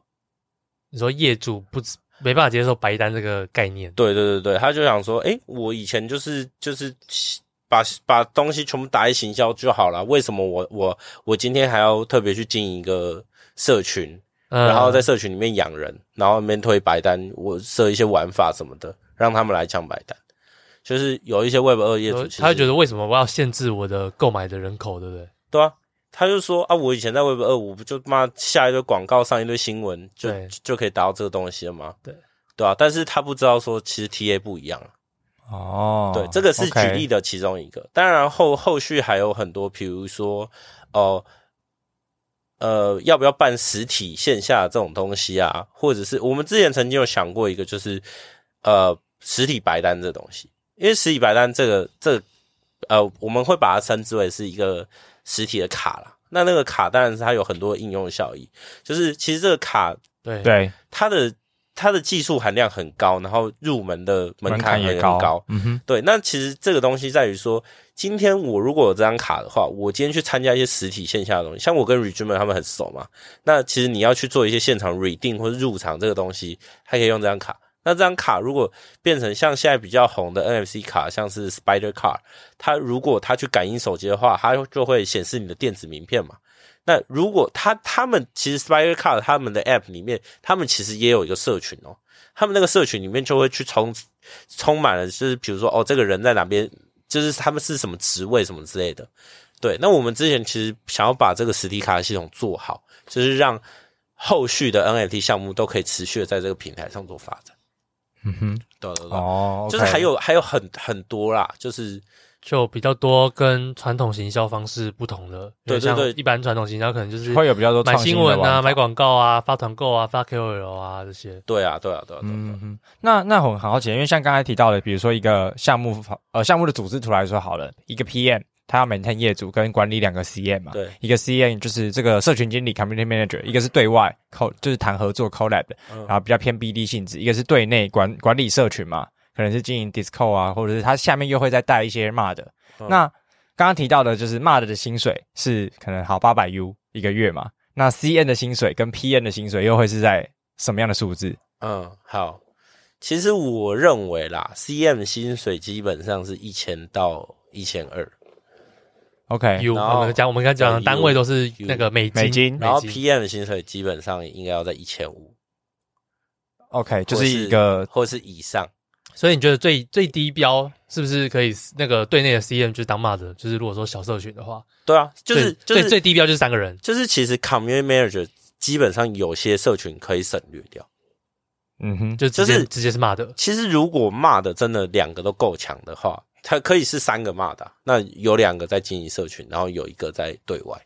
你说业主不知没办法接受白单这个概念，对对对对，他就想说，诶，我以前就是就是把把东西全部打在行销就好了，为什么我我我今天还要特别去经营一个社群，嗯然后在社群里面养人，然后里面推白单，我设一些玩法什么的，让他们来抢白单。就是有一些 Web 二业主，其实呃他会觉得为什么我要限制我的购买的人口，对不对？对啊，他就说啊，我以前在 Web 二，我不就妈下一堆广告，上一堆新闻，就对就可以达到这个东西了吗？对，对啊，但是他不知道说，其实 TA 不一样啊。哦，对，这个是举 OK 例的其中一个。当然后后续还有很多，比如说哦。呃，要不要办实体线下这种东西啊？或者是我们之前曾经有想过一个，就是呃，实体白单这东西，因为实体白单这个这个呃，我们会把它称之为是一个实体的卡啦。那那个卡当然是它有很多应用效益，就是其实这个卡对对它的它的技术含量很高，然后入门的门槛也很高嗯哼，对，那其实这个东西在于说，今天我如果有这张卡的话，我今天去参加一些实体线下的东西，像我跟 r e g i m e n 他们很熟嘛，那其实你要去做一些现场 reading 或者入场这个东西，还可以用这张卡。那这张卡如果变成像现在比较红的 NFC 卡，像是 Spider Card，它如果它去感应手机的话，它就会显示你的电子名片嘛。那如果它他们其实 Spider Card 他们的 App 里面，他们其实也有一个社群哦，他们那个社群里面就会去充充满了，就是比如说哦，这个人在哪边，就是他们是什么职位什么之类的。对，那我们之前其实想要把这个实体卡的系统做好，就是让后续的 NFT 项目都可以持续的在这个平台上做发展。嗯哼，对对对，哦，OK，就是还有还有很很多啦，就是就比较多跟传统行销方式不同的，对有点像对对一般传统行销可能就是会有比较多买创新新的闻玩啊、法买广告啊、发团购啊、发 KOL 啊这些。对啊对啊对啊对啊对嗯啊，哼，那那我很好奇，因为像刚才提到的，比如说一个项目，呃，项目的组织图来说好了，一个 PM 他要 maintain 业主跟管理两个 CM 嘛，对，一个 CM 就是这个社群经理 community manager，一个是对外 co 就是谈合作 collab，的嗯然后比较偏 BD 性质，一个是对内管管理社群嘛，可能是经营 Discord 啊，或者是他下面又会再带一些 MUD 的。嗯那刚刚提到的就是 MUD 的薪水是可能好八百 U 一个月嘛，那 CN 的薪水跟 PN 的薪水又会是在什么样的数字？嗯，好。其实我认为啦，CM 薪水基本上是一千到一千二，嗯 OK， U，然后我们讲我们刚才讲的对单位都是 U 那个美金，美金美然后 PM 的薪水基本上应该要在一千五。 OK，就或是一个或是以上。所以你觉得最最低标是不是可以那个对内的 CM 就是当骂的，就是如果说小社群的话，对啊，就是就最是最最低标就是三个人，就是其实 community manager 基本上有些社群可以省略掉。嗯哼，就直接、就是直接是骂的。其实如果骂的真的两个都够强的话，它可以是三个骂的啊、那有两个在经营社群，然后有一个在对外，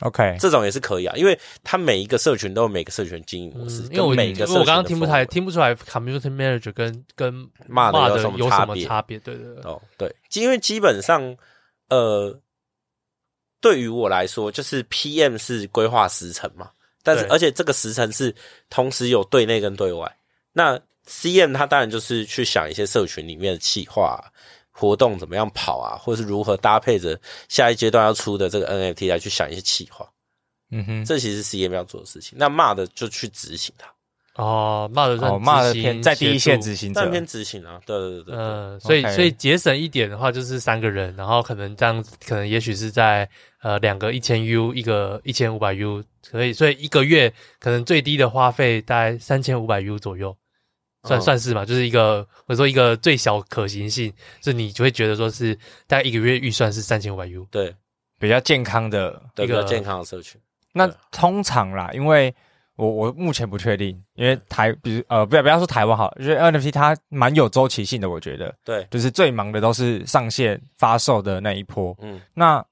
OK，这种也是可以啊，因为它每一个社群都有每个社群经营模式，嗯，因为跟我每个因社为群我刚刚听不太太听不出来 community manager 跟跟骂的骂有的什么有差什别么差别？对对对，哦，对，因为基本上呃，对于我来说，就是 PM 是规划时程嘛，但是对而且这个时程是同时有对内跟对外。那 CM 他当然就是去想一些社群里面的企划、啊活动怎么样跑啊，或是如何搭配着下一阶段要出的这个 NFT 来去想一些企划，嗯哼，这其实是 CM 要做的事情。那骂的就去执行它，哦，骂的算哦，骂的执行偏在第一线执协行但者，偏执行啊，对对对助。对对，嗯，所以 OK 所以节省一点的话，就是三个人，然后可能这样，可能也许是在呃两个一千 U，一个一千五百 U，所以所以一个月可能最低的花费大概三千五百 U 左右，算、嗯算是嘛，就是一个我说一个最小可行性，是你就会觉得说是大概一个月预算是三千五百 U，对比较健康的。对一比个较健康的社群。那对通常啦，因为我我目前不确定，因为台比如呃，不要不要说台湾好了，就是 NFT 它蛮有周期性的，我觉得对，就是最忙的都是上线发售的那一波。嗯，那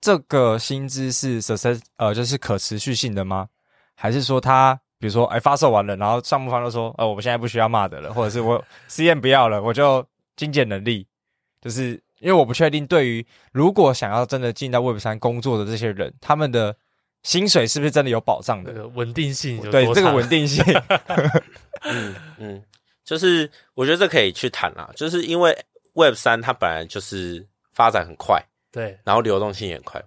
这个薪资是 success 呃，就是可持续性的吗？还是说它比如说哎发售完了，然后项目方就说呃我们现在不需要骂的了，或者是我 (laughs) CM 不要了，我就精简能力，就是因为我不确定对于如果想要真的进到 Web 三工作的这些人，他们的薪水是不是真的有保障那的？个呃稳定性有对多这个差 (laughs) 稳定性，嗯，嗯，就是我觉得这可以去谈啦，就是因为 Web 三它本来就是发展很快，对然后流动性也很快，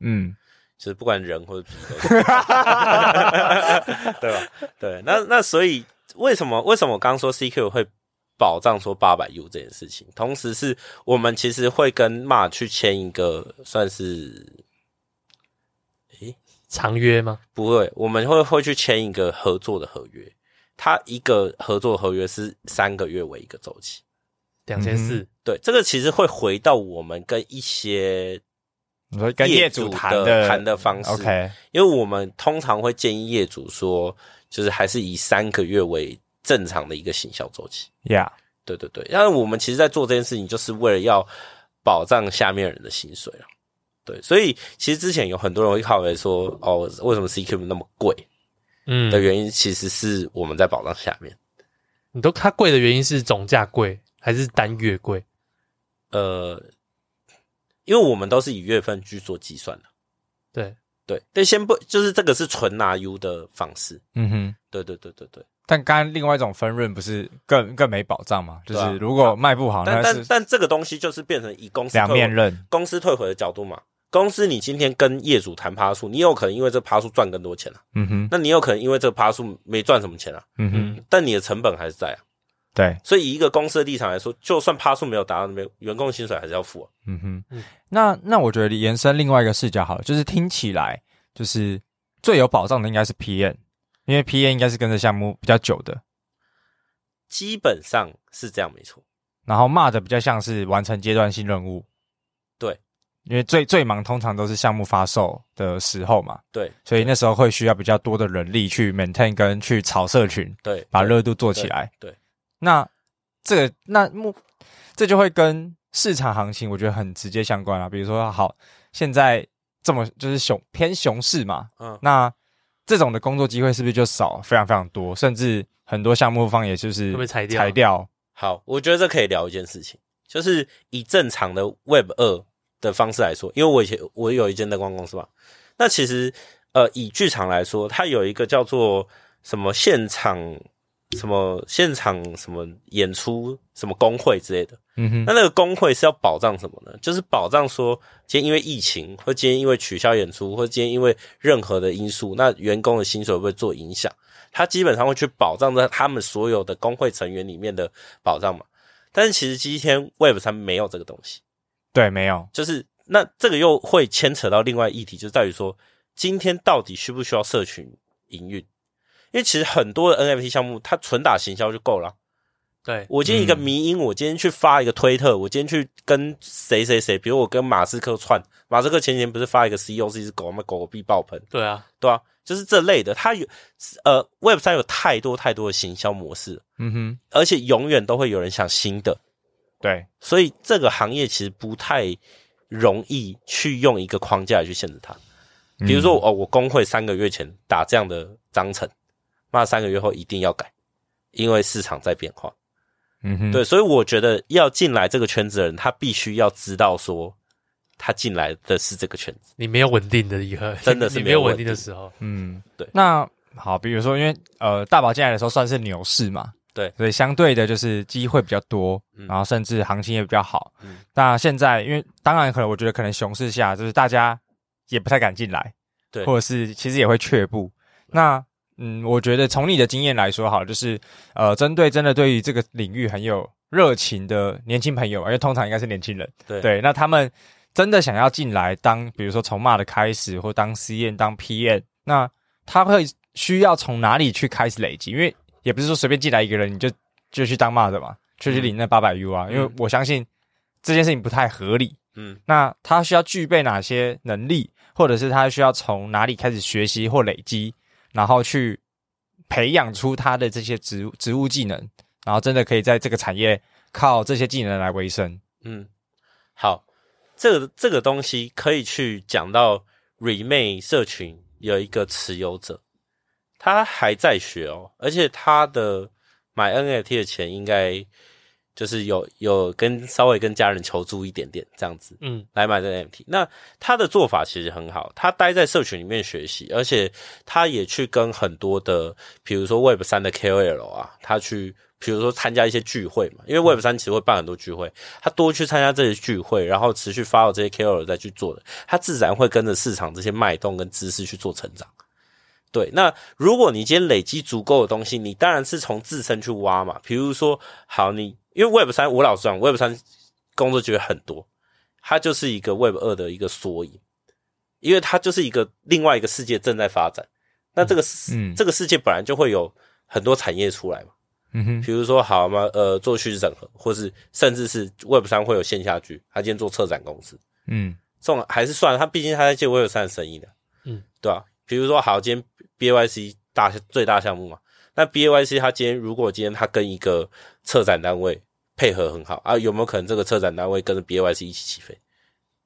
嗯，就是不管人或者币都是，对吧？对，那那所以为什么为什么我刚说 CQ 会保障说八百 U 这件事情，同时是我们其实会跟 m 去签一个算是长约吗？不会，我们会会去签一个合作的合约，它一个合作合约是三个月为一个周期。两千四对，这个其实会回到我们跟一些你说跟业主谈的的谈的方式 OK，因为我们通常会建议业主说，就是还是以三个月为正常的一个行销周期。呀、对对对，然后我们其实，在做这件事情，就是为了要保障下面人的薪水啊。对，所以其实之前有很多人会靠为说，哦，为什么 CQ 那么贵嗯的原因，其实是我们在保障下面。你都它贵的原因是总价贵还是单月贵？呃，因为我们都是以月份去做计算的。对，对，但先不就是这个是纯拿 U 的方式。嗯哼。对对对对对，但刚刚另外一种分润不是更更没保障嘛？就对啊是如果卖不好，哦但那但是但这个东西就是变成以公司两面退回刃。公司退回的角度嘛。公司你今天跟业主谈趴数，你有可能因为这趴数赚更多钱啊，嗯哼，那你有可能因为这趴数没赚什么钱啊，嗯哼，但你的成本还是在啊。对，所以以一个公司的立场来说，就算趴数没有达到那边，员工薪水还是要付啊。嗯哼嗯。那那我觉得延伸另外一个视角好了，就是听起来就是最有保障的应该是 PN，因为 PN 应该是跟着项目比较久的，基本上是这样，没错。然后骂的比较像是完成阶段性任务。对，因为最最忙通常都是项目发售的时候嘛，对所以那时候会需要比较多的人力去 maintain 跟去炒社群。对，把对热度做起来。对对那这个那目这就会跟市场行情我觉得很直接相关啊。比如说，好，现在这么就是熊偏熊市嘛，嗯那这种的工作机会是不是就少非常非常多？甚至很多项目方也就是会被裁掉裁掉。好，我觉得这可以聊一件事情，就是以正常的 Web 二的方式来说，因为我以前我有一间灯光公司嘛，那其实呃，以剧场来说，它有一个叫做什么现场什么现场什么演出什么工会之类的，嗯那哼，那个工会是要保障什么呢？就是保障说，今天因为疫情，或今天因为取消演出，或今天因为任何的因素，那员工的薪水会不会做影响？他基本上会去保障在他们所有的工会成员里面的保障嘛。但是其实今天 Web 三没有这个东西，对，没有，就是那这个又会牵扯到另外议题，就在于说，今天到底需不需要社群营运？因为其实很多的 NFT 项目，它纯打行销就够了。啊对，我今天一个迷音，我今天去发一个推特，我今天去跟谁谁谁，比如我跟马斯克串，马斯克前几天不是发一个 CEO 是一只狗吗？狗狗币爆棚，对啊，对啊，就是这类的。它有呃，Web 三有太多太多的行销模式，嗯哼，而且永远都会有人想新的，对，所以这个行业其实不太容易去用一个框架去限制它。比如说嗯哦，我工会三个月前打这样的章程，那三个月后一定要改，因为市场在变化。嗯哼，对，所以我觉得要进来这个圈子的人，他必须要知道说，他进来的是这个圈子。你没有稳定的以后，真的是 (laughs) 你没没有有稳稳定定的时候，嗯，对那好，比如说，因为呃，大宝进来的时候算是牛市嘛，对所以相对的就是机会比较多，嗯然后甚至行情也比较好。嗯那现在，因为当然可能我觉得可能熊市下，就是大家也不太敢进来，对或者是其实也会却步。那嗯，我觉得从你的经验来说，好了，就是呃，针对真的对于这个领域很有热情的年轻朋友，因为通常应该是年轻人，对对，那他们真的想要进来当，比如说从骂的开始，或当 CN 当 PN，那他会需要从哪里去开始累积？因为也不是说随便进来一个人你就就去当骂的嘛，就去领那八百 U 啊，因为我相信这件事情不太合理。嗯那他需要具备哪些能力，或者是他需要从哪里开始学习或累积，然后去培养出他的这些职职务技能，然后真的可以在这个产业靠这些技能来维生。嗯，好，这个这个东西可以去讲到 Remain 社群有一个持有者，他还在学哦，而且他的买 NFT 的钱应该就是有有跟稍微跟家人求助一点点这样子，嗯，来买这个 NFT。那他的做法其实很好，他待在社群里面学习，而且他也去跟很多的，比如说 Web 三的 KOL 啊，他去，比如说参加一些聚会嘛，因为 Web 三其实会办很多聚会，他多去参加这些聚会，然后持续发到这些 KOL 再去做的，他自然会跟着市场这些脉动跟知识去做成长。对，那如果你今天累积足够的东西，你当然是从自身去挖嘛。比如说，好，你因为 Web 三，我老实讲，Web 三工作机会很多，它就是一个 Web 二的一个缩影，因为它就是一个另外一个世界正在发展。那这个世、嗯这个世界本来就会有很多产业出来嘛，嗯哼，比如说好嘛，呃，做虚实整合，或是甚至是 Web 三会有线下剧，他今天做策展公司，嗯这种还是算了，他毕竟他在借 Web 三的生意的，嗯，对吧、比如说好，今天 BAYC 大最大项目嘛，那 BAYC 他今天如果今天他跟一个策展单位配合很好啊，有没有可能这个策展单位跟着 BAYC 一起起飞？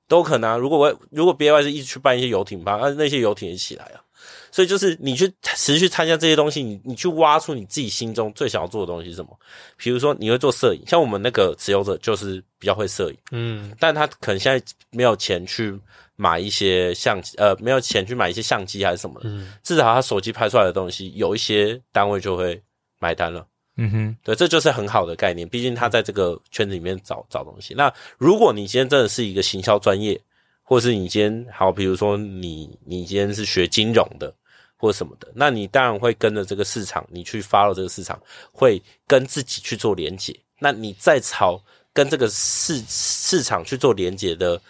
都有可能啊。如果我如果 BAYC 一起去办一些游艇吧，啊，那些游艇也起来啊。所以就是你去持续参加这些东西，你你去挖出你自己心中最想要做的东西是什么？比如说你会做摄影，像我们那个持有者就是比较会摄影。嗯，但他可能现在没有钱去买一些相机，呃，没有钱去买一些相机还是什么的。嗯至少他手机拍出来的东西，有一些单位就会买单了。嗯哼，对，这就是很好的概念。毕竟嗯他在这个圈子里面找找东西。那如果你今天真的是一个行销专业，或是你今天好，比如说你你今天是学金融的或什么的，那你当然会跟着这个市场，你去 follow 这个市场，会跟自己去做连接。那你再朝跟这个市市场去做连接的，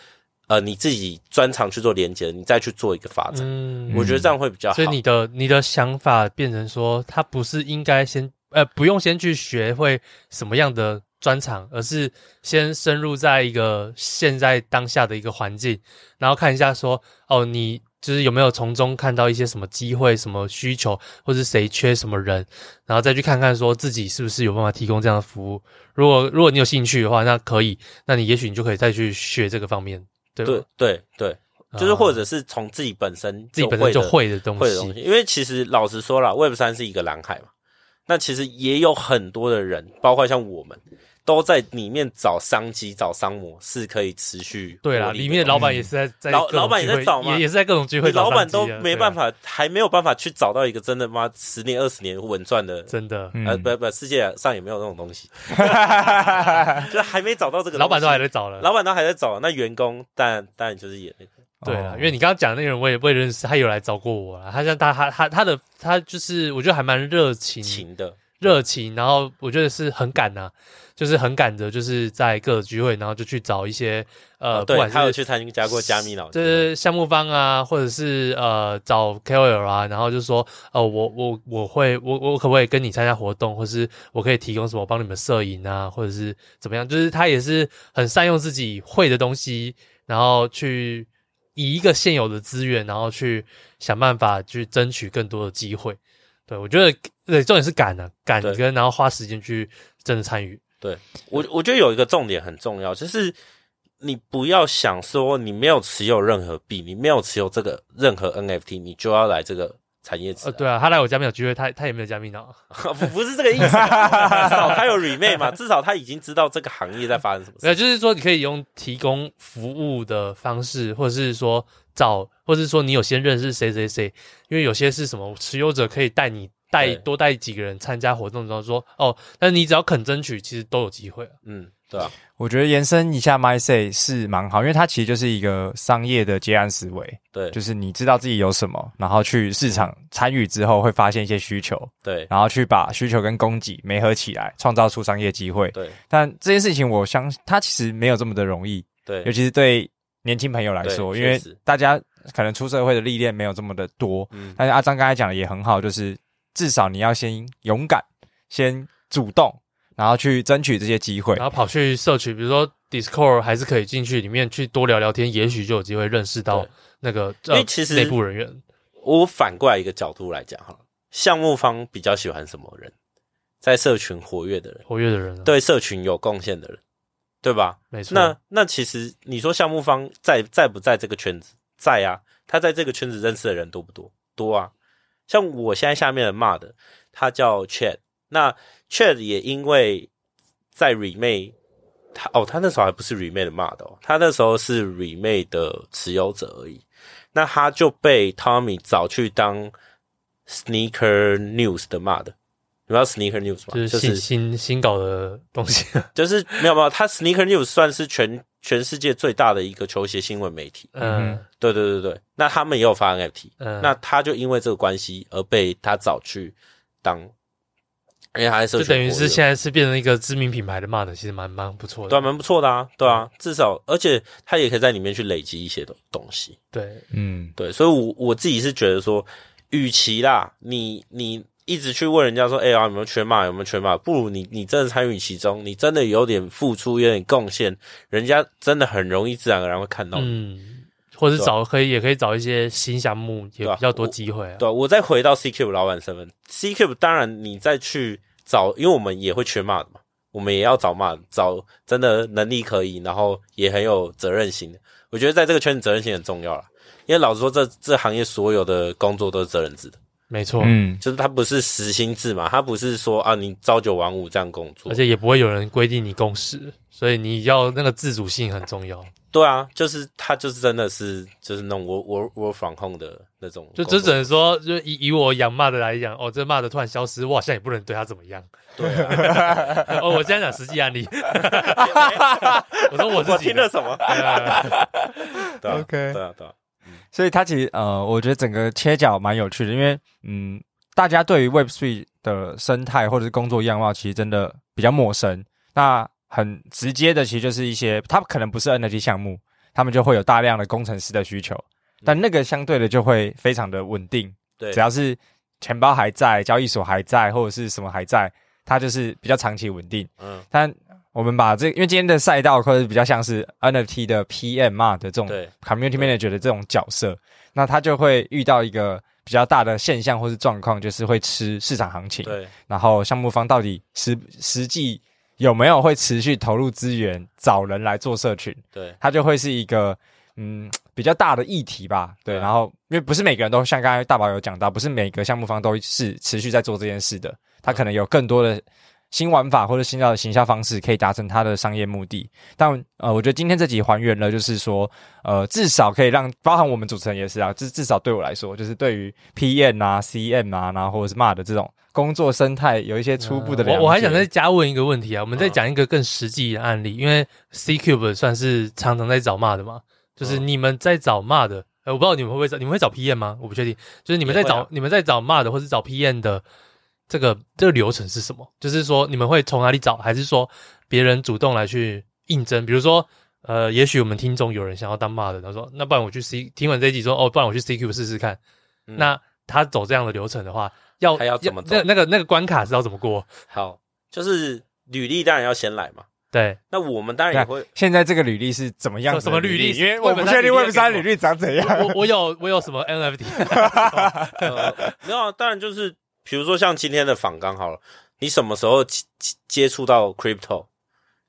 呃，你自己专长去做连接，你再去做一个发展，嗯，我觉得这样会比较好。所以你的你的想法变成说，他不是应该先呃不用先去学会什么样的专长，而是先深入在一个现在当下的一个环境，然后看一下说哦你。就是有没有从中看到一些什么机会、什么需求，或是谁缺什么人，然后再去看看说自己是不是有办法提供这样的服务。如果如果你有兴趣的话，那可以，那你也许你就可以再去学这个方面，对吧对对对，就是或者是从自己本身哦自己本身就的会的东会的东西。西。因为其实老实说了，Web 三是一个蓝海嘛，那其实也有很多的人，包括像我们，都在里面找商机、找商模，是可以持续对啦，啦，里面的老板也是在在老各种老板也在聚会找嘛也也是在各种聚你会找老板商都机啊没办，法，还没有办法去找到一个真的妈十年、二十年稳赚的对啊。真的，嗯呃， (laughs) 不不，世界上也没有那种东西，就是还没找到这个东西。老板都还在找了。老板都还在找，那员工但当然就是也那个，对啦，哦因为你刚刚讲的那个人，我也我也认识，他有来找过我啦。他像他他他他的他就是，我觉得还蛮热情情的，热情，然后我觉得是很赶呐、就是很赶着，就是在各个聚会，然后就去找一些呃，哦不对，管他有是去参加过加密老就师，是项目方啊，或者是呃找 KOL 啊，然后就说呃我我我会我我可不可以跟你参加活动，或是我可以提供什么帮你们摄影啊，或者是怎么样，就是他也是很善用自己会的东西，然后去以一个现有的资源，然后去想办法去争取更多的机会。对我觉得对重点是敢啊，敢对跟然后花时间去真的参与。我我觉得有一个重点很重要，就是你不要想说你没有持有任何币，你没有持有这个任何 NFT，你就要来这个产业池呃，。对啊，他来我家没有聚会，他他也没有加密脑。不 (laughs) 不是这个意思啊，至少他有 remake 嘛，至少他已经知道这个行业在发生什么没有，事。就是说你可以用提供服务的方式，或者是说找，或者是说你有先认识谁谁谁，因为有些是什么持有者可以带你带对多带几个人参加活动，然后说哦，但是你只要肯争取，其实都有机会啊。嗯，对啊，我觉得延伸一下 My Say 是蛮好，因为它其实就是一个商业的接案思维，对就是你知道自己有什么，然后去市场参与之后，会发现一些需求，对啊然后去把需求跟供给媒合起来，创造出商业机会。对但这件事情，我相信它其实没有这么的容易，尤对，其是对年轻朋友来对说，因确为实大家可能出社会的历练没有这么的多。嗯，但是阿张刚才讲的也很好，就是至少你要先勇敢，先主动，然后去争取这些机会然。后跑去社区，比如说 Discord 还是可以进去里面去多聊聊天，也许就有机会认识到对那个因呃为其实内部人员。我反过来一个角度来讲哈，项目方比较喜欢什么人？在社群活跃的人，活跃的人、啊，，对社群有贡献的人，对吧？没错。那那其实你说项目方在在不在这个圈子，在啊，他在这个圈子认识的人多不多？多啊。像我现在下面人骂的，他叫 Chad，那 Chad 也因为在 Remake，他哦，他那时候还不是 Remake 的骂的哦，他那时候是 Remake 的持有者而已。那他就被 Tommy 找去当 Sneaker News 的骂的，你知道 Sneaker News 吗？就是新新新搞的东西，啊就是没有没有，他 Sneaker News 算是全全世界最大的一个球鞋新闻媒体。嗯嗯哼对对对对，那他们也有发 NFT，、嗯，那他就因为这个关系而被他找去当，因为他在社就群等于活是跃现在是变成一个知名品牌的骂的，其实蛮蛮不错的。对啊蛮不错的啊，对啊，至少而且他也可以在里面去累积一些东东西。对嗯，对，所以我我自己是觉得说，与其啦，你你一直去问人家说，哎、呀、有没有缺骂，有没有缺骂，不如你你真的参与其中，你真的有点付出，有点贡献，人家真的很容易自然而然会看到你。嗯，或者是找可以也可以找一些新项目，也对啊比较多机会啊。对啊，我再回到 CQ 老板身份，CQ 当然你再去找，因为我们也会缺骂的嘛，我们也要找骂，找真的能力可以，然后也很有责任心的。我觉得在这个圈子责任心很重要啦，因为老实说这，这行业所有的工作都是责任制的，没哦错，嗯，就是它不是时薪制嘛，它不是说啊你朝九晚五这样工作而，且也不会有人规定你工时，所以你要那个自主性很重要。对啊，就是它就是真的是就是那种我我我 from home 的那种工就作，就只能说，就以以我养骂的来讲，哦，这骂的突然消失，我好像也不能对他怎么样。对、啊 (laughs) 哦，我这样讲实际案例， (laughs) 我说我自我己听的了 (laughs) 什么？呃 (laughs) 对啊 OK 对啊对啊，所以它其实呃，我觉得整个切角蛮有趣的，因为嗯，大家对于 Web Three 的生态或者是工作样貌，其实真的比较陌生。那很直接的，其实就是一些他们可能不是 NFT 项目，他们就会有大量的工程师的需求，但那个相对的就会非常的稳定，对，啊只要是钱包还在、交易所还在或者是什么还在，它就是比较长期稳定。嗯但我们把这，因为今天的赛道或者比较像是 NFT 的 PM 啊的这种对 community manager 的这种角色，那他就会遇到一个比较大的现象或是状况，就是会吃市场行情，对。然后项目方到底实实际有没有会持续投入资源找人来做社群，对它就会是一个嗯比较大的议题吧。对，对啊然后因为不是每个人都像刚才大宝有讲到，不是每个项目方都是持续在做这件事的，他可能有更多的新玩法或者新的行销方式可以达成他的商业目的。但呃，我觉得今天这集还原了，就是说呃，至少可以让包含我们主持人也是啊，至至少对我来说，就是对于 PM 啊、CM 啊，然后或者是骂的这种工作生态有一些初步的了解。嗯我我还想再加问一个问题啊，我们再讲一个更实际的案例，因为 C Cube 算是常常在找骂的嘛，就是嗯你们在找骂的，呃，我不知道你们会不会找，你们会找 PM 吗？我不确定，就是你们在也会找、啊你们在找骂的，或是找 PM 的，这个这个流程是什么？就是说你们会从哪里找，还是说别人主动来去应征？比如说，呃，也许我们听众有人想要当骂的，他说那不然我去 C 听完这一集说哦，不然我去 CQ 试试看。嗯那他走这样的流程的话，要他要怎么走那那个那个关卡是要怎么过？好，就是履历当然要先来嘛。对，啊那我们当然也会，现在这个履历是怎么样的什么履历因为我不确定 Web Web 三三履履历长怎样。 (laughs) 我我有我有什么 (laughs) NFT？呃没有啊，当然就是，比如说像今天的访纲好了，你什么时候接接接触到 crypto？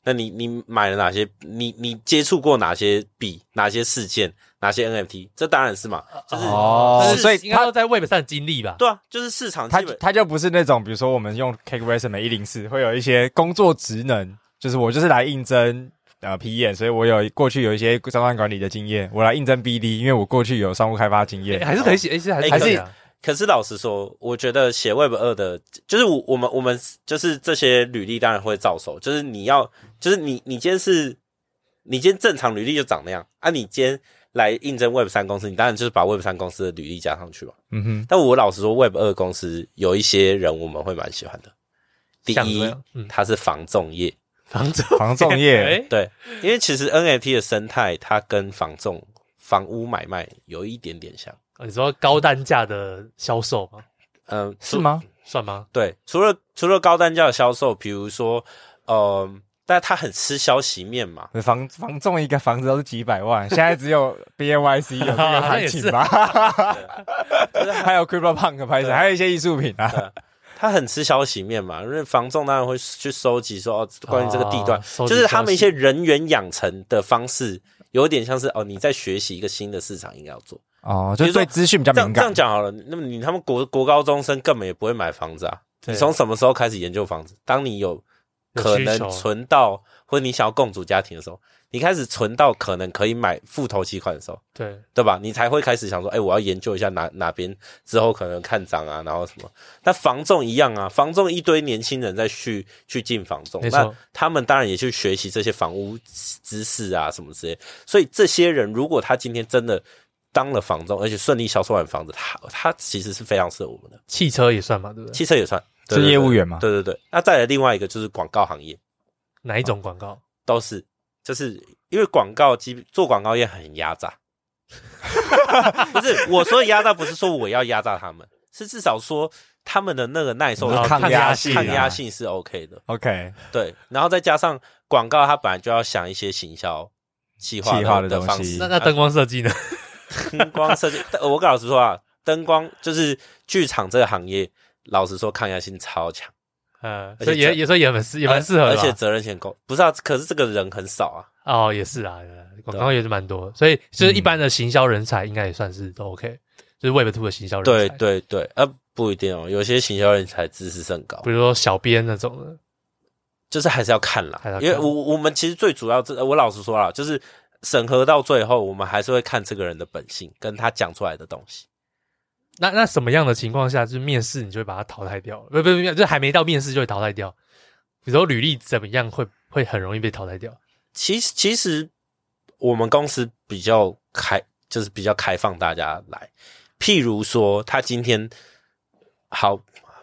那你你买了哪些？你你接触过哪些币？哪些事件？哪些 NFT？这当然是嘛，就是、哦就是所以应该他都在 Web 上的经历吧？对啊，就是市场他基本他就不是那种，比如说我们用 Cake Resume 一零四会有一些工作职能，就是我就是来应征呃 P 验，所以我有过去有一些商案管理的经验，我来应征 BD，因为我过去有商务开发经诶验。还是可以写，诶其实还是诶可以可啊。可是老实说，我觉得写 Web 二的，就是我我们我们就是这些履历当然会照手，就是你要，就是你你今天是，你今天正常履历就长那样啊，你今天来应征 Web 三公司，你当然就是把 Web 三公司的履历加上去嘛。嗯哼，但我老实说，Web 二公司有一些人我们会蛮喜欢的。第像什么一样嗯，它是防重业，房子防重业， (laughs) 诶对，因为其实 NFT 的生态它跟房仲、房屋买卖有一点点像，哦你说高单价的销售吗？嗯、是吗？算吗？对，除了除了高单价的销售，比如说，呃，但他很吃消息面嘛，房房重一个房子都是几百万，现在只有 B N Y C (laughs) 有这个行情吧？啊还有 Crypto Punk 拍摄，还有一些艺术品啊。他很吃消息面嘛，因为房仲当然会去收集说哦，关于这个地段，哦收集就是他们一消些息人员养成的方式，有点像是哦，你在学习一个新的市场应该要做。哦，就是对资讯比较这敏样这感样。讲好了，那么你他们国国高中生根本也不会买房子啊。对你从什么时候开始研究房子？当你有有可需能求存到，或者你想要共组家庭的时候，你开始存到可能可以买付头期款的时候，对，对吧？你才会开始想说，哎、我要研究一下哪哪边之后可能看涨啊，然后什么。那房仲一样啊，房仲一堆年轻人在去去进房仲，没错那他们当然也去学习这些房屋知识啊什么之类。所以这些人如果他今天真的当了房仲，而且顺利销售完房子，他他其实是非常适合我们的。汽车也算嘛，对不对？汽车也算是对对对业务员吗对对对。那再来另外一个就是广告行业，哪一种广告？都是就是因为广告基做广告业很压榨， (laughs) 不是我说的压榨，不是说我要压榨他们，是至少说他们的那个耐受我们度抗压性抗啊压性是 OK 的， OK，对，然后再加上广告，它本来就要想一些行销。企划企划的的东方西式，那那灯光设计呢？ (laughs) 灯光设计，呃我跟老实说啊，灯光就是剧场这个行业，老实说抗压性超强。呃，而且所以这呃也也说也很适也蛮适合的而吧，且责任险够，不是啊？可是这个人很少啊，哦也是啊，对广告也是蛮多，所以就是一般的行销人才应该也算是都 OK，就是 Web Two 的行销人对才，，对对，呃，不一定哦，有些行销人才知识甚高比，如说小编那种的，就是还是要看啦还是要，看因为我我们其实最主要，这我老实说啦，就是审核到最后，我们还是会看这个人的本性跟他讲出来的东西。那那什么样的情况下，就是面试你就会把它淘汰掉？不不不，就是还没到面试就会淘汰掉。比如说履历怎么样会会很容易被淘汰掉？其实其实我们公司比较开，就是比较开放大家来，譬如说他今天好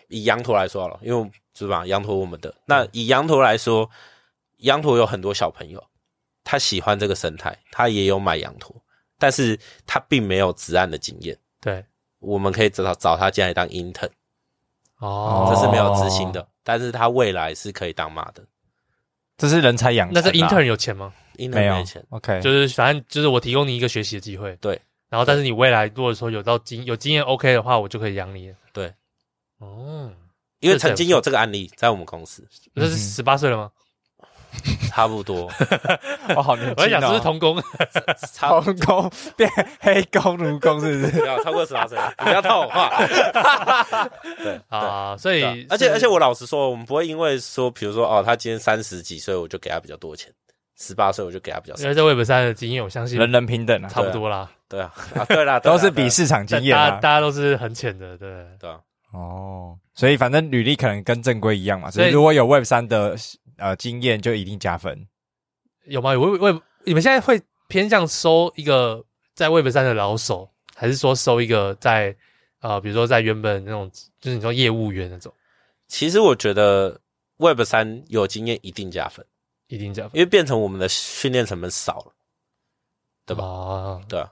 以羊驼来说好了，因为是吧，羊驼我们的那嗯以羊驼来说，羊驼有很多小朋友，他喜欢这个生态，他也有买羊驼，但是他并没有职案的经验，对，我们可以至少找他进来当 intern，哦，这是没有执行哦的，但是他未来是可以当妈的这是人才养成那啊。这 intern 有钱吗？没，intern 有没钱。 OK，就是反正就是我提供你一个学习的机会，对。然后，但是你未来如果说有到经有经验 OK 的话，我就可以养你。对，哦，因为曾经有这个案例在我们公司，这是十八岁了吗？差不多，我好年轻哦我在想是不是童工？ (laughs) 差红工变黑工奴工是不是？不要啊超过十八岁，你不要套 (laughs) 我话。对啊，啊，所对以对，而且是而且我老实说，我们不会因为说，比如说哦，他今天三十几岁，我就给他比较多钱；十八岁我就给他比较因少为。在 Web 三的经验，我相信人人平等啊，差不多啦，对啊，啊对啦，对 (laughs) 啦都是比市场经但验大家啊。大家都是很浅的，对。对啊。哦，所以反正履历可能跟正规一样嘛，所所以以如果有 Web 三的呃经验，就一定加分。有吗？有 Web Web，你们现在会偏向收一个在 Web 三的老手，还是说收一个在呃，比如说在原本那种，就是你说业务员那种？其实我觉得 Web 三有经验一定加分，一定加因分，为变成我们的训练成本少了，对吧吧？对啊，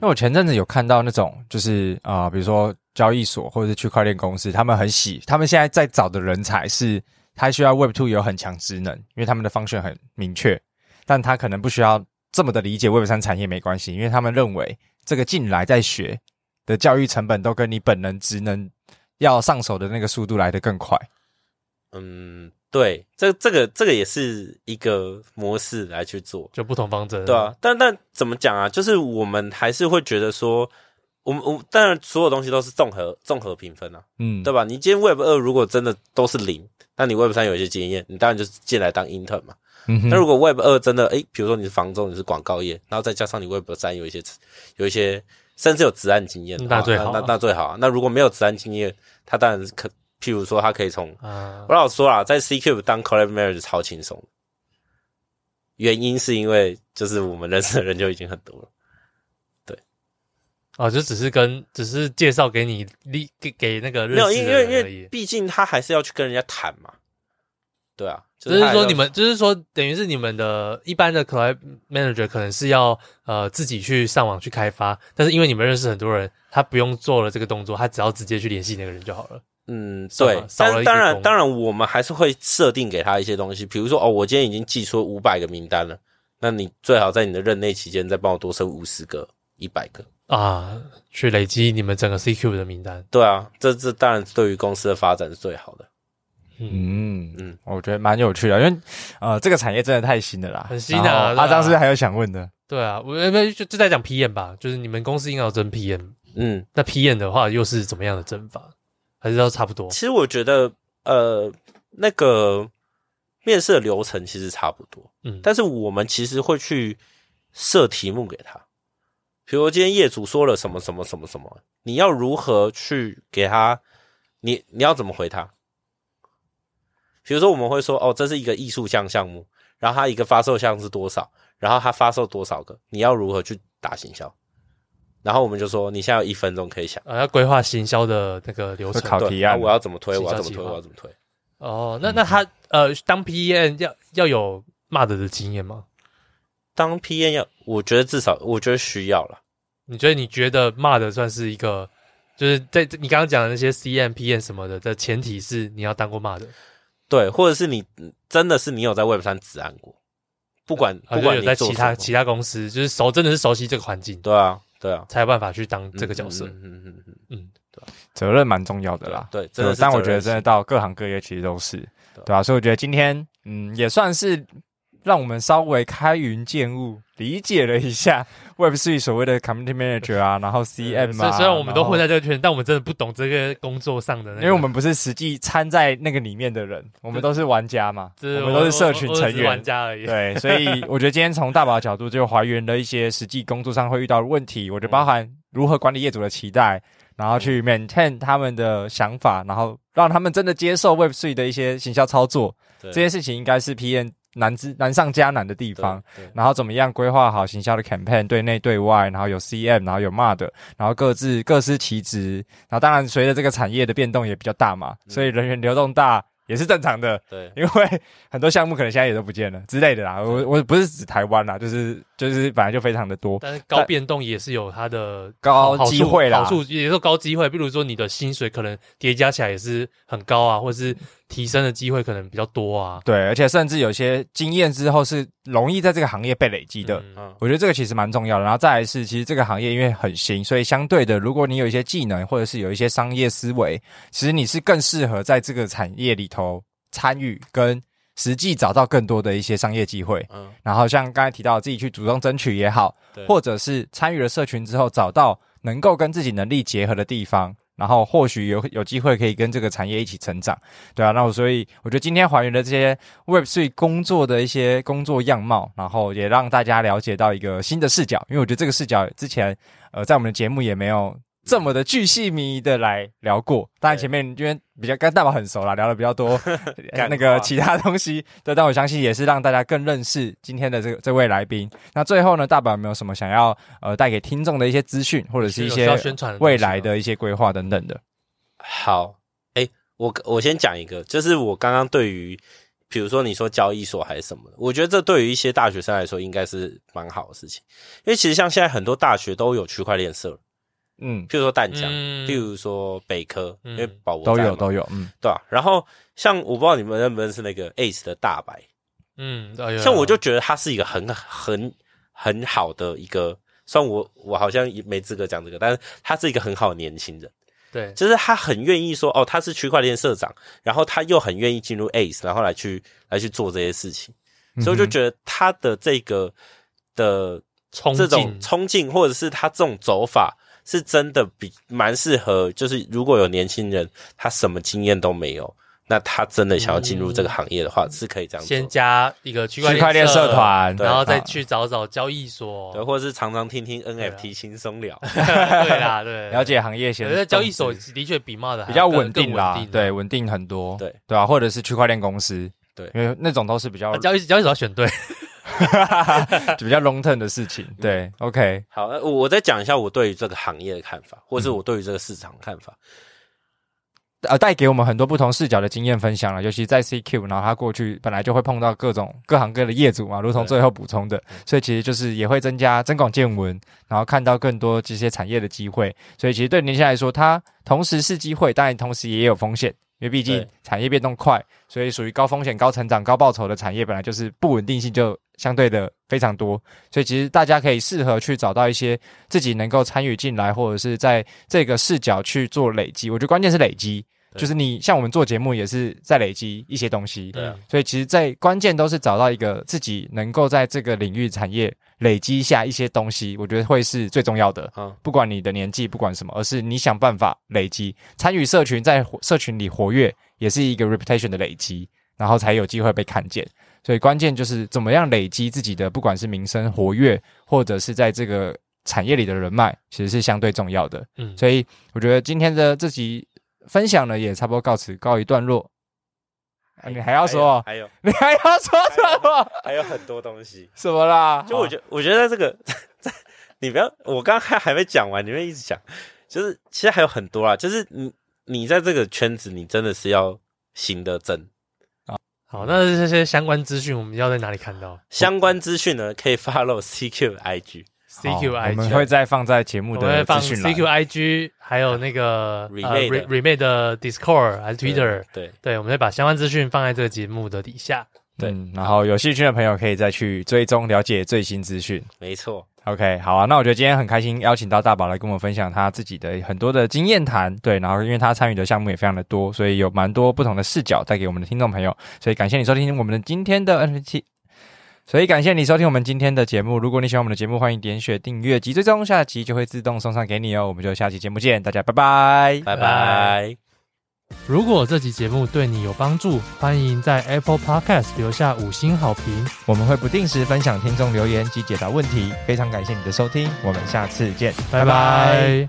那我前阵子有看到那种，就是啊、呃比如说交易所或者是区块链公司，他们很喜，他们现在在找的人才是，他需要 Web Two 有很强职能，因为他们的方向很明确，但他可能不需要这么的理解 Web 三产业没关系，因为他们认为这个进来再学的教育成本都跟你本人职能要上手的那个速度来得更快。嗯，对，这这个这个也是一个模式来去做，就不同方针，对啊，但但怎么讲啊？就是我们还是会觉得说，我们我当然所有东西都是综合综合评分啊，嗯，对吧？你今天 Web 二如果真的都是零，那你 Web 三有一些经验，你当然就是进来当 intern 嘛。嗯哼那如果 Web 二真的，诶，比如说你是房仲，你是广告业，然后再加上你 Web 三有一些有一些，甚至有职案经验的话，那最好啊那那那最好啊。那如果没有职案经验，他当然是可，譬如说他可以从啊，我老实说啦，在 C Cube 当 Collab Marriage 超轻松的，原因是因为就是我们认识的人就已经很多了，哦，就只是跟只是介绍给你，你给给那个没有，认识因的为因人而为已。毕竟他还是要去跟人家谈嘛，对啊，只他是还说要你们，就是说，等于是你们的一般的 client manager 可能是要呃自己去上网去开发，但是因为你们认识很多人，他不用做了这个动作，他只要直接去联系那个人就好了。嗯，少对了，少了但一当个然工当然我们还是会设定给他一些东西，比如说哦，我今天已经寄出五百个名单了，那你最好在你的任内期间再帮我多生五十个、一百个，啊，去累积你们整个 CQ 的名单。对啊，这这当然对于公司的发展是最好的。嗯嗯嗯，我觉得蛮有趣的，因为呃，这个产业真的太新了啦，很新啊然后对啊阿张是不是还有想问的？对啊，我那就就在讲 PM 吧，就是你们公司应该有真 PM，嗯，那 PM 的话又是怎么样的针法？还是都差不多其实我觉得，呃，那个面试的流程其实差不多，嗯但是我们其实会去设题目给他，比如今天业主说了什么什么什么什么，你要如何去给他，你你要怎么回他？比如说我们会说，哦，这是一个艺术项项目，然后它一个发售项是多少，然后它发售多少个，你要如何去打行销？然后我们就说，你现在有一分钟可以想，啊？要规划行销的那个流程会。考对，提那案我要怎么推，啊行我要销怎么计推，划我要怎么推。哦，那那他呃，当 PM 要要有骂的的经验吗？当 PM 要，我觉得至少我觉得需要了。你觉得你觉得骂的算是一个，就是在你刚刚讲的那些 CM、PM 什么的的前提是你要当过骂的，对，或者是你嗯真的是你有在 Web 三执案过，不管、啊不就管有你在做其什他么其他公司，就是熟真的是熟悉这个环境，对啊对啊才有办法去当这个角色。嗯嗯嗯嗯嗯嗯，责任蛮重要的啦。对对真的是但责我任觉得真的心到各行各业其实都是，对对吧、所以我觉得今天，嗯，也算是让我们稍微开云见雾，理解了一 (laughs) 下 Web 3所谓的 Community Manager 啊，然后 CM 嗯虽啊。虽然我们都混然后在这个圈，但我们真的不懂这个工作上的、那个因为我们不是实际掺在那个里面的人，我们都是玩家嘛，我就是们都是社群我我成我只是员玩，家而已。对，所以我觉得今天从大宝的角度就还原了一些实际工作上会遇到的问题，嗯我觉得包含如何管理业主的期待，然后去 maintain 他们的想法，然后让他们真的接受 Web Three 的一些行销操作，对这些事情应该是 PM 难之难上加难的地对方。对然后怎么样规划好行销的 campaign，对内对外，然后有 CM，然后有 MUD，然后各自各司其职。然后当然随着这个产业的变动也比较大嘛，所嗯以人员流动大也是正常的。对因为很多项目可能现在也都不见了之类的啦。我我不是指台湾啦，就是就是本来就非常的多但是高变动也是有它的高好处机会啦好处也是高机会。比如说你的薪水可能叠加起来也是很高啊，或者是提升的机会可能比较多啊。对，而且甚至有些经验之后是容易在这个行业被累积的。嗯嗯我觉得这个其实蛮重要的，然后再来是，其实这个行业因为很新，所以相对的，如果你有一些技能或者是有一些商业思维，其实你是更适合在这个产业里头参与，跟实际找到更多的一些商业机会。嗯然后像刚才提到，自己去主动争取也好，对或者是参与了社群之后，找到能够跟自己能力结合的地方，然后或许有有机会可以跟这个产业一起成长，对啊。那我所以我觉得今天还原了这些 Web 3工作的一些工作样貌，然后也让大家了解到一个新的视角，因为我觉得这个视角之前呃在我们的节目也没有。这么的巨细靡遗的来聊过，当然对前面因为比较跟大宝很熟啦，聊的比较多干那个话其他东西，对，但我相信也是让大家更认识今天的这个这位来宾。那最后呢，大宝有没有什么想要呃带给听众的一些资讯，或者是一有需些要宣传的东西吗未来的一些规划等等的？好，哎，我我先讲一个，就是我刚刚对于，比如说你说交易所还是什么的，我觉得这对于一些大学生来说应该是蛮好的事情，因为其实像现在很多大学都有区块链社了，嗯，譬如说淡江，嗯譬如说北科，嗯因为保博都在有嘛都有，嗯，对啊。然后像我不知道你们认不认识那个 Ace 的大白，嗯，哎呦像我就觉得他是一个很很很好的一个，虽然我我好像也没资格讲这个，但是他是一个很好的年轻人，对，就是他很愿意说哦，他是区块链社长，然后他又很愿意进入 ACE，然后来去来去做这些事情，所以我嗯就觉得他的这个的冲这种劲冲劲，或者是他这种走法。是真的比蛮适合，就是如果有年轻人他什么经验都没有，那他真的想要进入这个行业的话，是可以这样做的。先加一个区区块链社社团然后再对嗯去找找交易所。对，或者是常常听听啊 NFT 轻松聊， (laughs) 对啦，对，嗯了解行业先我觉动得之，交易所的确比骂的比较稳定啦，啦，对，稳定很多，对对吧、或者是区块链公司，对因为那种都是比较、啊交易交易所要选对， (laughs) 比较 long term 的事情，对，OK，好，那我我再讲一下我对于这个行业的看法，或嗯是我对于这个市场的看法。呃，带给我们很多不同视角的经验分享了，尤其在 CQ，然后他过去本来就会碰到各种各行各业的业主嘛，如同最后补充的，所以其实就是也会增加增广见闻，然后看到更多这些产业的机会，所以其实对年轻人来说，它同时是机会，当然同时也有风险。因为毕竟对产业变动快，所以属于高风险、高成长、高报酬的产业，本来就是不稳定性就相对的非常多。所以其实大家可以适合去找到一些自己能够参与进来，或者是在这个视角去做累积。我觉得关键是累积，对就是你像我们做节目也是在累积一些东西，对啊所以其实，在关键都是找到一个自己能够在这个领域产业累积下一些东西，我觉得会是最重要的。啊，不管你的年纪，不管什么，而是你想办法累积参与社群，在活社群里活跃，也是一个 reputation 的累积，然后才有机会被看见。所以关键就是怎么样累积自己的，不管是名声活跃，或者是在这个产业里的人脉，其实是相对重要的。嗯，所以我觉得今天的这集分享呢，也差不多告辞告一段落。啊你还要说哦？还有你还要说什么？还有很多东西。什么啦？就我觉我觉得这个， (laughs) 你不要，我刚刚还没讲完，你们一直讲，就是其实还有很多啦，就是你你在这个圈子，你真的是要行得正。好，那这些相关资讯我们要在哪里看到相关资讯呢，可以 follow (laughs) CQ 的 IG 好我们？CQIG 会。再放在节目我们会的放资讯栏。 CQIG，还有那个 Relay 的 Remade 的 Discord 还是 Twitter，啊对，对，我们会把相关资讯放在这个节目的底下。对、嗯然后有兴趣的朋友可以再去追踪了解最新资讯。没错， OK，好啊，那我觉得今天很开心邀请到大宝来跟我们分享他自己的很多的经验谈，对，然后因为他参与的项目也非常的多，所以有蛮多不同的视角带给我们的听众朋友，所以感谢你收听我们的今天的 NFT。所以感谢你收听我们今天的节目，如果你喜欢我们的节目，欢迎点选订阅及追踪，下集就会自动送上给你哦。我们就下期节目见，大家拜拜。拜拜拜。如果这集节目对你有帮助，欢迎在 Apple Podcast 留下五星好评。我们会不定时分享听众留言及解答问题，非常感谢你的收听，我们下次见，拜拜